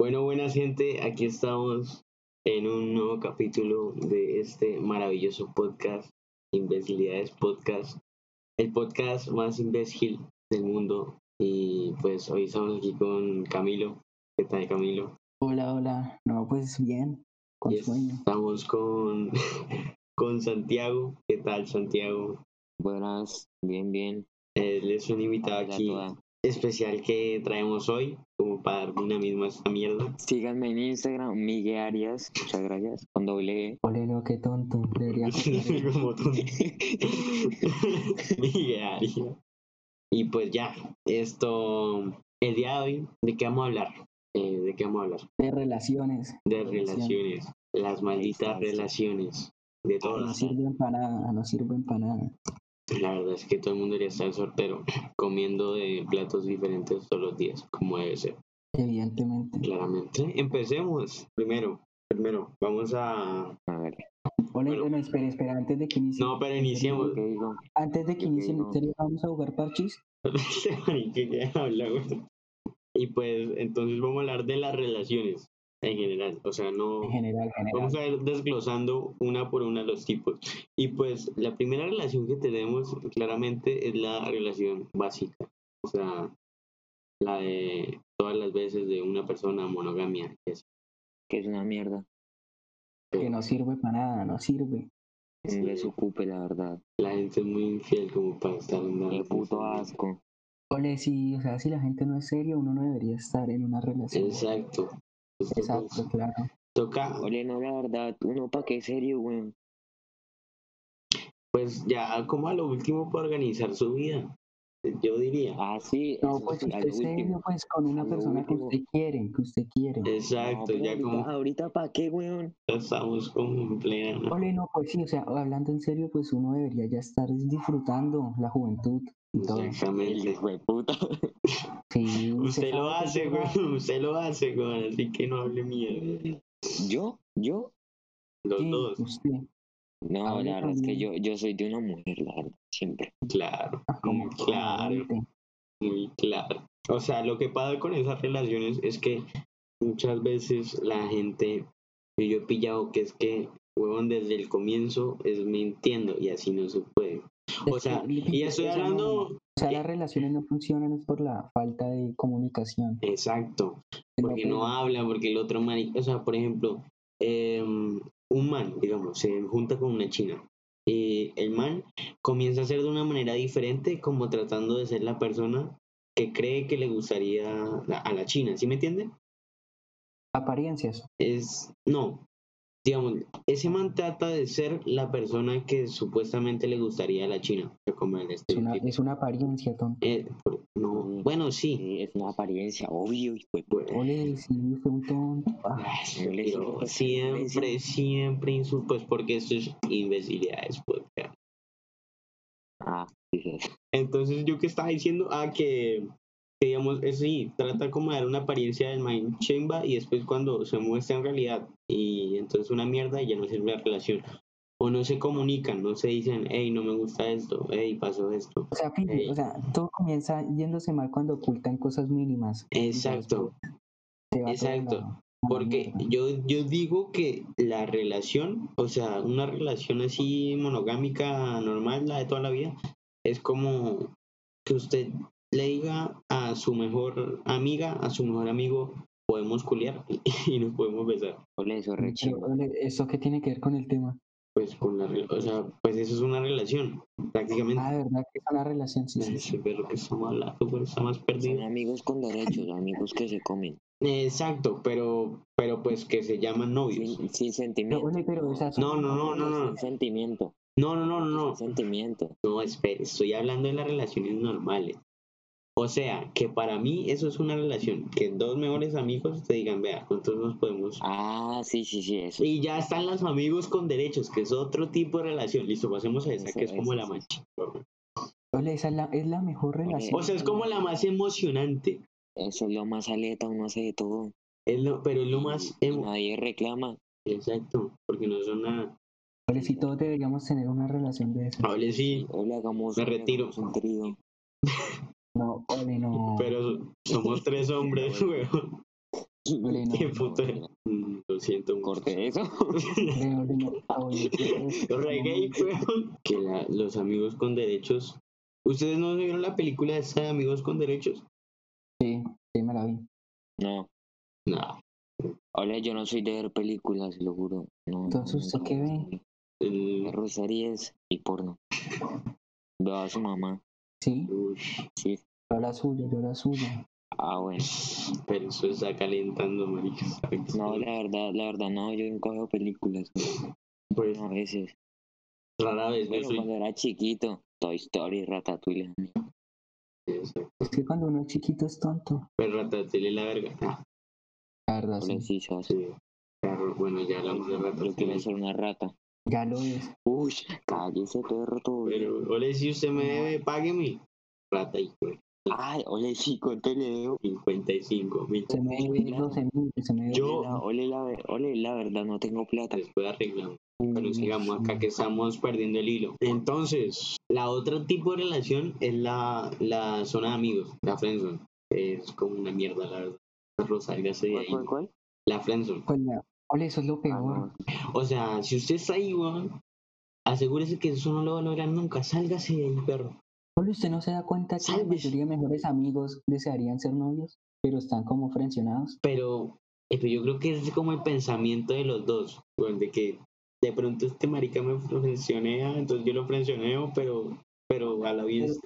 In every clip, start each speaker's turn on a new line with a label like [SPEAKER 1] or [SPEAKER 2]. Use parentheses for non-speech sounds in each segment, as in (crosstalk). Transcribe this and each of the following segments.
[SPEAKER 1] Bueno, buena gente, aquí estamos en un nuevo capítulo de este maravilloso podcast, Imbecilidades Podcast, el podcast más imbécil del mundo. Y pues hoy estamos aquí con Camilo. ¿Qué tal, Camilo?
[SPEAKER 2] Hola, hola. No, pues bien, con
[SPEAKER 1] Y
[SPEAKER 2] sueño.
[SPEAKER 1] Estamos con, (laughs) con Santiago. ¿Qué tal, Santiago? Eh,
[SPEAKER 3] Buenas, bien, bien.
[SPEAKER 1] Él es un invitado
[SPEAKER 3] hola a
[SPEAKER 1] aquí
[SPEAKER 3] toda.
[SPEAKER 1] especial que traemos hoy, como para dar una misma esta mierda.
[SPEAKER 3] Síganme en Instagram, Miguel Arias, muchas gracias, con doble E.
[SPEAKER 2] Ole, lo que tonto. Debería (laughs)
[SPEAKER 3] (laughs)
[SPEAKER 2] cortar
[SPEAKER 1] (laughs)
[SPEAKER 2] eso.
[SPEAKER 1] Como tú. Miguel Arias. Y pues ya, esto, el día de hoy, ¿de qué vamos a hablar? Eh, ¿De qué vamos a hablar?
[SPEAKER 2] De relaciones.
[SPEAKER 1] De
[SPEAKER 2] Relaciones.
[SPEAKER 1] relaciones, las malditas
[SPEAKER 3] Ahí está,
[SPEAKER 1] relaciones, de
[SPEAKER 3] Oh,
[SPEAKER 2] No
[SPEAKER 1] todas.
[SPEAKER 2] sirven para nada, no sirven para nada.
[SPEAKER 1] La verdad es que todo el mundo debería estar soltero, (laughs) comiendo de platos diferentes todos los días, como debe ser.
[SPEAKER 2] Evidentemente.
[SPEAKER 1] Claramente. Empecemos. Primero, primero, vamos a...
[SPEAKER 3] A ver,
[SPEAKER 2] Ole,
[SPEAKER 1] Bueno.
[SPEAKER 2] bueno, espera, espera, antes de que inicie.
[SPEAKER 1] No, pero iniciemos.
[SPEAKER 3] ¿qué digo?
[SPEAKER 2] Antes de que
[SPEAKER 3] Ok,
[SPEAKER 2] inicie el
[SPEAKER 3] no.
[SPEAKER 2] misterio, vamos a jugar parchis.
[SPEAKER 1] Este marica que habla, güey. Y pues entonces vamos a hablar de las relaciones en general. O sea,
[SPEAKER 3] Oh.
[SPEAKER 1] no...
[SPEAKER 2] En general, en general.
[SPEAKER 1] Vamos a ir desglosando una por una los tipos. Y pues la primera relación que tenemos claramente es la relación básica. O sea, la de todas las veces de una persona monogamia. que es-
[SPEAKER 3] Que es una mierda.
[SPEAKER 2] Que no sirve para nada, no sirve.
[SPEAKER 3] Un
[SPEAKER 1] Sí.
[SPEAKER 3] desocupe, la verdad.
[SPEAKER 1] La gente es muy infiel como para estar en una
[SPEAKER 3] Qué
[SPEAKER 1] relación.
[SPEAKER 3] puto asco.
[SPEAKER 2] Ole, si, o sea, si la gente no es seria, uno no debería estar en una relación.
[SPEAKER 1] Exacto. Pues toca-
[SPEAKER 2] Exacto, claro.
[SPEAKER 1] Toca,
[SPEAKER 3] Ole, no, la verdad, uno pa' qué serio, weón.
[SPEAKER 1] pues ya como a lo último para organizar su vida. Yo diría.
[SPEAKER 3] Ah, sí,
[SPEAKER 2] No,
[SPEAKER 3] eso
[SPEAKER 2] pues
[SPEAKER 3] sí, a
[SPEAKER 2] usted
[SPEAKER 3] lo
[SPEAKER 2] es serio,
[SPEAKER 3] último.
[SPEAKER 2] pues con una
[SPEAKER 3] a lo
[SPEAKER 2] persona que
[SPEAKER 3] último.
[SPEAKER 2] usted quiere, que usted quiere.
[SPEAKER 3] No,
[SPEAKER 1] Exacto,
[SPEAKER 3] pero
[SPEAKER 1] ya
[SPEAKER 3] ahorita,
[SPEAKER 1] como
[SPEAKER 3] ahorita pa' qué, weón.
[SPEAKER 1] estamos como en plena.
[SPEAKER 2] Ole, no, pues sí, o sea, hablando en serio, pues uno debería ya estar disfrutando la juventud y todo.
[SPEAKER 3] El
[SPEAKER 1] Exactamente.
[SPEAKER 3] hijo de puta. (laughs)
[SPEAKER 2] Sí,
[SPEAKER 1] Usted
[SPEAKER 2] se
[SPEAKER 1] lo
[SPEAKER 2] sabe que
[SPEAKER 1] hace,
[SPEAKER 2] es
[SPEAKER 1] güey. (laughs)
[SPEAKER 2] verdad.
[SPEAKER 1] Usted lo hace, güey. Así que no hable mierda.
[SPEAKER 3] ¿Yo? ¿Yo?
[SPEAKER 1] Los
[SPEAKER 2] Sí,
[SPEAKER 1] dos,
[SPEAKER 2] usted,
[SPEAKER 3] No,
[SPEAKER 2] Hable
[SPEAKER 3] la verdad es que
[SPEAKER 2] conmigo.
[SPEAKER 3] yo, yo soy de una mujer, la verdad, siempre.
[SPEAKER 1] claro.
[SPEAKER 2] ah,
[SPEAKER 1] Muy
[SPEAKER 2] como
[SPEAKER 1] Mm, claro,
[SPEAKER 2] claramente.
[SPEAKER 1] muy claro. O sea, lo que pasa con esas relaciones es que muchas veces la gente, y yo he pillado que es que, huevón, desde el comienzo es mintiendo y así no se puede. O
[SPEAKER 2] Es
[SPEAKER 1] sea,
[SPEAKER 2] que-
[SPEAKER 1] y ya estoy
[SPEAKER 2] o sea, no,
[SPEAKER 1] hablando.
[SPEAKER 2] O sea, las relaciones no funcionan es por la falta de comunicación.
[SPEAKER 1] Exacto. porque no habla, porque el otro man, o sea, por ejemplo, em, un man, digamos, se junta con una china y el man comienza a ser de una manera diferente, como tratando de ser la persona que cree que le gustaría la- a la china, ¿sí me entiende?
[SPEAKER 2] Apariencias.
[SPEAKER 1] Es, no, digamos, ese man trata de ser la persona que supuestamente le gustaría a la china, o sea, como el
[SPEAKER 2] Es una,
[SPEAKER 1] estereotipo.
[SPEAKER 2] es una apariencia, tonto.
[SPEAKER 1] Eh, por- no, bueno, sí.
[SPEAKER 3] Sí, es una apariencia, obvio, hijo de puta.
[SPEAKER 1] bueno,
[SPEAKER 2] Ole, sí, fue un tonto. Ah,
[SPEAKER 1] Ay,
[SPEAKER 3] Inglés,
[SPEAKER 1] pero
[SPEAKER 3] inglés,
[SPEAKER 1] siempre,
[SPEAKER 3] inglés.
[SPEAKER 1] siempre insultos, pues porque esto es imbecilidades pues, podcast.
[SPEAKER 3] Ah, dices.
[SPEAKER 1] Entonces, yo que estaba diciendo, ah, que, que digamos, es sí, trata como de dar una apariencia del mind chimba y después cuando se muestra en realidad y entonces una mierda y ya no sirve la relación. O no se comunican, no se dicen, hey, no me gusta esto, hey, pasó esto.
[SPEAKER 2] O sea, pille,
[SPEAKER 1] Ey.
[SPEAKER 2] o sea, todo comienza yéndose mal cuando ocultan cosas mínimas.
[SPEAKER 1] Exacto.
[SPEAKER 2] Se va todo a la-
[SPEAKER 1] Exacto,
[SPEAKER 2] a la
[SPEAKER 1] Porque
[SPEAKER 2] mierda.
[SPEAKER 1] yo, yo digo que la relación, o sea, una relación así monogámica, normal, la de toda la vida, es como que usted le diga a su mejor amiga, a su mejor amigo, podemos culiar (laughs) y nos podemos besar.
[SPEAKER 3] Ole, eso re
[SPEAKER 2] Pero,
[SPEAKER 3] chimba.
[SPEAKER 2] ole, ¿Eso qué tiene que ver con el tema?
[SPEAKER 1] Pues con la re- o sea, pues eso es una relación, prácticamente.
[SPEAKER 2] Ah, de verdad que es una relación, sí, sí, sí.
[SPEAKER 1] Ese perro que estamos hablando, güey, está más
[SPEAKER 3] Son
[SPEAKER 1] perdido.
[SPEAKER 3] amigos con derechos, amigos que se
[SPEAKER 1] (laughs)
[SPEAKER 3] comen.
[SPEAKER 1] Exacto, pero, pero pues que se llaman novios.
[SPEAKER 3] Sin, sin
[SPEAKER 2] Pero,
[SPEAKER 3] sentimiento.
[SPEAKER 2] ole, pero, o sea, son-
[SPEAKER 1] No, no, no, no, no.
[SPEAKER 3] Sin sentimiento.
[SPEAKER 1] No, no, no, no, no.
[SPEAKER 3] Sin sentimiento.
[SPEAKER 1] No, espere, estoy hablando de las relaciones normales. O sea, que para mí eso es una relación. Que dos mejores amigos te digan, vea, nosotros nos podemos.
[SPEAKER 3] Ah, sí, sí, sí, eso.
[SPEAKER 1] Y ya están los amigos con derechos, que es otro tipo de relación. Listo, pasemos a esa,
[SPEAKER 3] Eso,
[SPEAKER 1] que es como
[SPEAKER 3] eso,
[SPEAKER 1] la
[SPEAKER 3] sí.
[SPEAKER 1] más. chingona.
[SPEAKER 2] ole, esa es la, es la mejor relación.
[SPEAKER 1] O sea, es como la más emocionante.
[SPEAKER 3] Eso es lo más aleta, uno hace de todo.
[SPEAKER 1] Es lo, pero es lo
[SPEAKER 3] Y-
[SPEAKER 1] más.
[SPEAKER 3] y
[SPEAKER 1] emo-
[SPEAKER 3] nadie reclama.
[SPEAKER 1] Exacto, porque no son nada.
[SPEAKER 2] Ole, si todos deberíamos tener una relación de esa.
[SPEAKER 1] Ahora Eh, sí,
[SPEAKER 3] Ole, hagamos
[SPEAKER 1] Me
[SPEAKER 3] ole,
[SPEAKER 1] retiro.
[SPEAKER 3] hagamos un trío.
[SPEAKER 2] No, ole, no. (laughs)
[SPEAKER 1] pero somos tres hombres, (laughs)
[SPEAKER 3] Sí, la
[SPEAKER 1] weón.
[SPEAKER 3] Híjole,
[SPEAKER 2] no,
[SPEAKER 1] Qué
[SPEAKER 2] no,
[SPEAKER 1] puto.
[SPEAKER 3] mira.
[SPEAKER 1] Mm, Lo siento mucho.
[SPEAKER 3] (laughs) Corte eso.
[SPEAKER 1] (laughs)
[SPEAKER 3] (laughs)
[SPEAKER 2] Pero, oye, oye, es-
[SPEAKER 1] Reggae, weón. Que la- los amigos con derechos. ¿Ustedes no vieron la película esa de Amigos con Derechos?
[SPEAKER 2] Sí, sí, me la vi.
[SPEAKER 3] No.
[SPEAKER 1] No.
[SPEAKER 3] Hola, yo no soy de ver películas, lo juro. No,
[SPEAKER 2] Entonces, ¿usted
[SPEAKER 3] no, no,
[SPEAKER 2] qué
[SPEAKER 3] no,
[SPEAKER 2] ve?
[SPEAKER 3] no.
[SPEAKER 1] El-
[SPEAKER 3] Perros, series y porno. Veo a su mamá.
[SPEAKER 2] Sí,
[SPEAKER 1] Uy,
[SPEAKER 3] Sí.
[SPEAKER 2] yo la suya, yo la suya.
[SPEAKER 3] Ah, bueno.
[SPEAKER 1] pero eso está calentando, marica.
[SPEAKER 3] No, la verdad, la verdad, no, yo no cojo películas.
[SPEAKER 1] (laughs) Pues,
[SPEAKER 3] No, a veces.
[SPEAKER 1] rara vez yo
[SPEAKER 3] Bueno,
[SPEAKER 1] soy.
[SPEAKER 3] cuando era chiquito, Toy Story, Ratatouille.
[SPEAKER 1] Ah, Exacto.
[SPEAKER 2] Es que cuando uno es chiquito es tonto.
[SPEAKER 1] Pero Pues Ratatouille es la verga. Ah,
[SPEAKER 2] La verdad, sí.
[SPEAKER 3] Pobrecillos.
[SPEAKER 1] sí. Claro, bueno, ya hablamos de
[SPEAKER 3] Yo quiero
[SPEAKER 1] Ratatouille.
[SPEAKER 3] ser una rata.
[SPEAKER 2] Ya lo es.
[SPEAKER 3] Uy, cállese, perro, todo.
[SPEAKER 1] Pero, ole, si usted me debe, págueme. Rata y güey,
[SPEAKER 3] Ay, ole, sí, ¿cuánto le debo?
[SPEAKER 1] 55 mil.
[SPEAKER 2] Se me dio
[SPEAKER 3] Claro.
[SPEAKER 2] 12 mil, se me dio
[SPEAKER 1] Yo-
[SPEAKER 3] Ole, la- Ole, la, ve- ole, la verdad, no tengo plata.
[SPEAKER 1] Después arreglamos. Pero
[SPEAKER 2] Uy,
[SPEAKER 1] sigamos acá
[SPEAKER 2] sí.
[SPEAKER 1] que estamos perdiendo el hilo. Entonces, la otra tipo de relación es la, la zona de amigos, la friendzone. Es como una mierda, la verdad. Perro, sálgase de
[SPEAKER 3] ¿Cuál,
[SPEAKER 1] ahí.
[SPEAKER 3] cuál, cuál?
[SPEAKER 1] La friendzone.
[SPEAKER 2] Pues la- Ole, eso es lo
[SPEAKER 3] Ah,
[SPEAKER 2] peor.
[SPEAKER 3] no.
[SPEAKER 1] O sea, si usted está ahí, weón, asegúrese que eso no lo va a lograr nunca. Sálgase de ahí, perro.
[SPEAKER 2] Ole, usted no se da cuenta que la
[SPEAKER 1] Salve.
[SPEAKER 2] mayoría de mejores amigos desearían ser novios, pero están como frencionados.
[SPEAKER 1] Pero, eh, pero yo creo que es como el pensamiento de los dos, weón, de que de pronto este marica me frencionea, entonces yo lo frencioneo, pero, pero a la vez.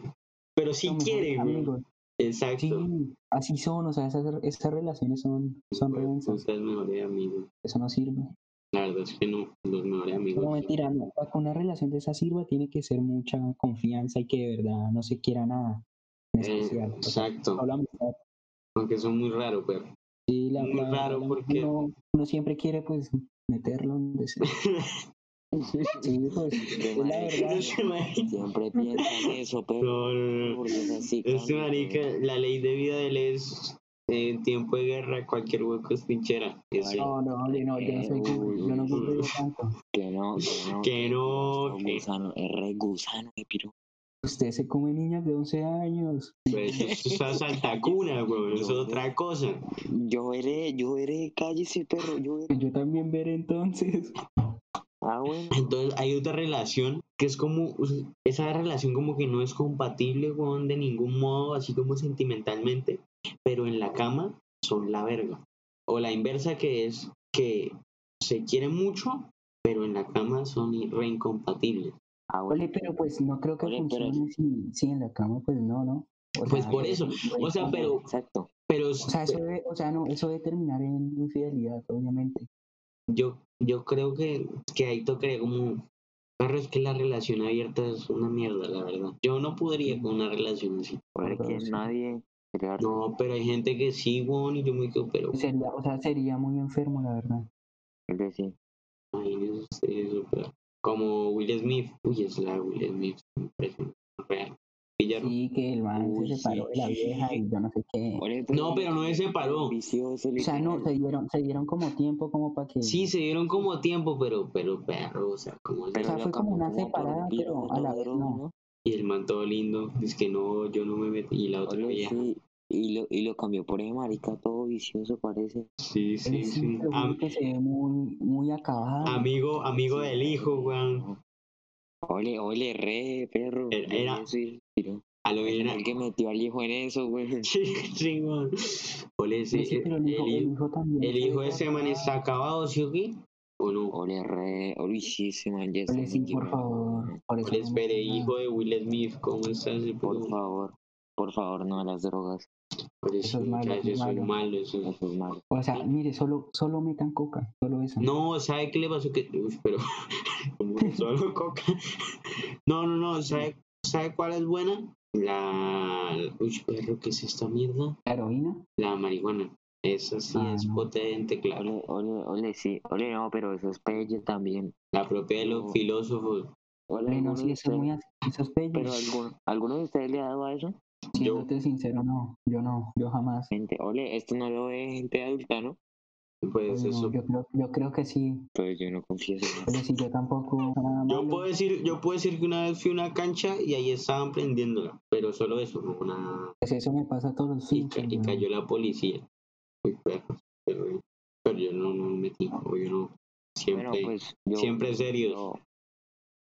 [SPEAKER 1] Pero si
[SPEAKER 2] Los mejores
[SPEAKER 1] quiere, weón.
[SPEAKER 2] amigos.
[SPEAKER 1] Exacto.
[SPEAKER 2] Sí, así son, o sea, esas, esas relaciones son, son
[SPEAKER 1] Bueno,
[SPEAKER 2] densas,
[SPEAKER 1] son los mejores amigos.
[SPEAKER 2] eso no sirve.
[SPEAKER 1] La verdad es que no, los mejores amigos.
[SPEAKER 2] No, mentira, no, para que una relación de esa sirva tiene que ser mucha confianza y que de verdad no se quiera nada en
[SPEAKER 1] Eh,
[SPEAKER 2] especial. o sea,
[SPEAKER 1] exacto.
[SPEAKER 2] solo amistad.
[SPEAKER 1] Aunque son muy raros, pero.
[SPEAKER 2] Sí, la,
[SPEAKER 1] Muy
[SPEAKER 2] la-
[SPEAKER 1] raro,
[SPEAKER 2] la-
[SPEAKER 1] porque- (laughs)
[SPEAKER 2] uno, uno siempre quiere pues meterlo donde sea. (laughs) Sí, pues, es la verdad.
[SPEAKER 1] Este marica- (laughs)
[SPEAKER 3] Siempre piensan eso, perro.
[SPEAKER 1] No, no, no.
[SPEAKER 3] Porque es así.
[SPEAKER 1] Este
[SPEAKER 3] cambia,
[SPEAKER 1] marica,
[SPEAKER 3] weón.
[SPEAKER 1] la ley de vida de él es eh, en tiempo de guerra, cualquier hueco es pinchera. Eso.
[SPEAKER 2] No, no, oye, no, yo no soy
[SPEAKER 3] Uy,
[SPEAKER 2] yo no
[SPEAKER 3] uy,
[SPEAKER 2] comprendo
[SPEAKER 1] Eh, uy.
[SPEAKER 2] tanto.
[SPEAKER 3] Que no, que no.
[SPEAKER 1] Que no,
[SPEAKER 3] Es
[SPEAKER 1] que-
[SPEAKER 3] gusano, es re gusano, eh, piro.
[SPEAKER 2] Usted se come niñas de 11 años.
[SPEAKER 1] Pero pues, eso está Santa Cuna, weón, eso es otra cosa.
[SPEAKER 3] Yo veré, yo veré, cállese, perro, yo veré.
[SPEAKER 2] pues Yo también
[SPEAKER 1] (laughs)
[SPEAKER 2] veré entonces.
[SPEAKER 3] Ah, bueno.
[SPEAKER 1] Entonces hay otra relación que es como, us- esa relación como que no es compatible, weón, de ningún modo, así como sentimentalmente, pero en la cama son la verga. O la inversa que es que se quieren mucho, pero en la cama son i- re incompatibles.
[SPEAKER 3] Ah, bueno.
[SPEAKER 2] Ole, pero pues no creo que
[SPEAKER 3] Ole, pero-
[SPEAKER 2] funcione si, si en la cama, pues no, ¿no? O
[SPEAKER 1] Pues
[SPEAKER 2] sea,
[SPEAKER 1] por eso, o sea, pero,
[SPEAKER 3] Exacto.
[SPEAKER 1] pero
[SPEAKER 2] O sea, eso debe, o sea, no, eso debe terminar en infidelidad, obviamente.
[SPEAKER 1] yo, yo creo que, que ahí tocaría como, pero es que la relación abierta es una mierda, la verdad. Yo no podría con una relación así.
[SPEAKER 3] Porque
[SPEAKER 2] Perdón, sí.
[SPEAKER 3] nadie. crea-
[SPEAKER 1] No, pero hay gente que sí, weón, y yo me quedo, pero...
[SPEAKER 2] Pues Sería, o sea, sería muy enfermo, la verdad.
[SPEAKER 3] Es decir,
[SPEAKER 1] Imagínense ustedes, o sea, Como Will Smith. Uy, es la Will Smith. Impresionante. Real. Pillaron.
[SPEAKER 2] Sí, que el man
[SPEAKER 3] Uy,
[SPEAKER 2] se separó de la
[SPEAKER 3] sí.
[SPEAKER 2] vieja y yo no sé qué.
[SPEAKER 3] ole,
[SPEAKER 1] No, pero no se separó.
[SPEAKER 3] Vicioso,
[SPEAKER 2] O sea, no, se dieron, se dieron como tiempo como para que...
[SPEAKER 1] Sí, se dieron como tiempo, pero, pero, perro, o sea, como es-
[SPEAKER 2] O sea,
[SPEAKER 3] lo
[SPEAKER 2] fue como
[SPEAKER 3] cambió
[SPEAKER 2] una
[SPEAKER 3] por
[SPEAKER 2] separada,
[SPEAKER 3] un virus,
[SPEAKER 2] pero
[SPEAKER 3] una
[SPEAKER 2] a la vez
[SPEAKER 3] droga,
[SPEAKER 2] no.
[SPEAKER 3] ¿no?
[SPEAKER 1] Y el man todo lindo, dice que no, yo no me metí. Y la otra
[SPEAKER 3] Ole,
[SPEAKER 1] vieja.
[SPEAKER 3] sí, Y lo, y lo cambió por ese marica todo vicioso parece.
[SPEAKER 1] Sí, sí,
[SPEAKER 2] Sí,
[SPEAKER 1] sí.
[SPEAKER 2] pero
[SPEAKER 1] Am-
[SPEAKER 2] uno que se ve muy, muy acabado.
[SPEAKER 1] amigo, amigo
[SPEAKER 3] Sí,
[SPEAKER 1] del hijo,
[SPEAKER 3] sí,
[SPEAKER 1] weón.
[SPEAKER 3] no. Ole, ole, re, perro.
[SPEAKER 1] Era-
[SPEAKER 3] Yo
[SPEAKER 1] era-
[SPEAKER 3] vi eso y- pero-
[SPEAKER 1] A lo bien.
[SPEAKER 3] El que metió al hijo en eso, (laughs) güey.
[SPEAKER 1] (laughs) Sí, sí, weón. Ole, sí,
[SPEAKER 2] Sí, sí,
[SPEAKER 1] eh,
[SPEAKER 2] pero el hijo, el
[SPEAKER 1] el,
[SPEAKER 2] hijo también.
[SPEAKER 1] el
[SPEAKER 2] se
[SPEAKER 1] hijo
[SPEAKER 2] ve
[SPEAKER 1] de ese man
[SPEAKER 2] acabado.
[SPEAKER 1] está acabado, ¿sí o qué? ¿O no?
[SPEAKER 3] Ole, re, ole, sí, ese man ya está
[SPEAKER 2] Ole, sí,
[SPEAKER 3] muy
[SPEAKER 2] por
[SPEAKER 3] quemado,
[SPEAKER 2] favor.
[SPEAKER 3] güey.
[SPEAKER 2] Por eso
[SPEAKER 1] Ole,
[SPEAKER 2] no me
[SPEAKER 1] espere,
[SPEAKER 2] hace nada.
[SPEAKER 1] hijo de Will Smith, ¿cómo estás?
[SPEAKER 3] Por favor, por favor, no a las drogas.
[SPEAKER 1] Ole,
[SPEAKER 2] Eso
[SPEAKER 1] Pues
[SPEAKER 2] es
[SPEAKER 1] sí,
[SPEAKER 2] malo,
[SPEAKER 1] claro,
[SPEAKER 2] eso es
[SPEAKER 1] eso es
[SPEAKER 2] malo.
[SPEAKER 1] malo, eso es-
[SPEAKER 3] Eso es malo.
[SPEAKER 2] O sea, mire, solo, solo metan coca, solo esa.
[SPEAKER 1] No, ¿sabe qué le pasó? Que, uy, pero (laughs) como que solo coca. No, no, no, ¿sabe, ¿sabe cuál es buena? La. Uy, perro, ¿qué es esta mierda?
[SPEAKER 2] La heroína.
[SPEAKER 1] La marihuana. Esa sí
[SPEAKER 2] Ah,
[SPEAKER 1] es
[SPEAKER 2] no.
[SPEAKER 1] potente, claro.
[SPEAKER 3] Ole, ole, ole, sí. Ole, no, pero eso es pelle también.
[SPEAKER 1] La propia de
[SPEAKER 2] Oh.
[SPEAKER 1] los
[SPEAKER 3] No.
[SPEAKER 1] filósofos.
[SPEAKER 3] Ole,
[SPEAKER 2] Ole,
[SPEAKER 3] ¿alguno
[SPEAKER 2] no,
[SPEAKER 3] de
[SPEAKER 2] sí, eso es
[SPEAKER 3] ustedes-
[SPEAKER 2] muy así, eso es bello.
[SPEAKER 3] Pero alguno, ¿alguno de ustedes le ha dado a eso?
[SPEAKER 2] Siéndote sincero, no, yo no, yo jamás.
[SPEAKER 3] Gente, ole, esto no lo ve gente adulta, ¿no?
[SPEAKER 1] Pues
[SPEAKER 2] Oye, no,
[SPEAKER 1] eso.
[SPEAKER 2] yo, creo, yo creo que sí,
[SPEAKER 3] Pues yo no confieso.
[SPEAKER 1] (laughs)
[SPEAKER 2] pero si yo tampoco. nada
[SPEAKER 1] Yo
[SPEAKER 2] malo.
[SPEAKER 1] puedo decir, yo puedo decir que una vez fui a una cancha y ahí estaban prendiéndola. Pero solo eso, no, una.
[SPEAKER 2] Pues eso me pasa todos los
[SPEAKER 1] Y,
[SPEAKER 2] fines.
[SPEAKER 1] ca- y
[SPEAKER 2] weón.
[SPEAKER 1] Pues, cayó la policía. Uy, perro, perro, obvio, no. Siempre,
[SPEAKER 3] Bueno, pues yo,
[SPEAKER 1] siempre serios.
[SPEAKER 3] yo,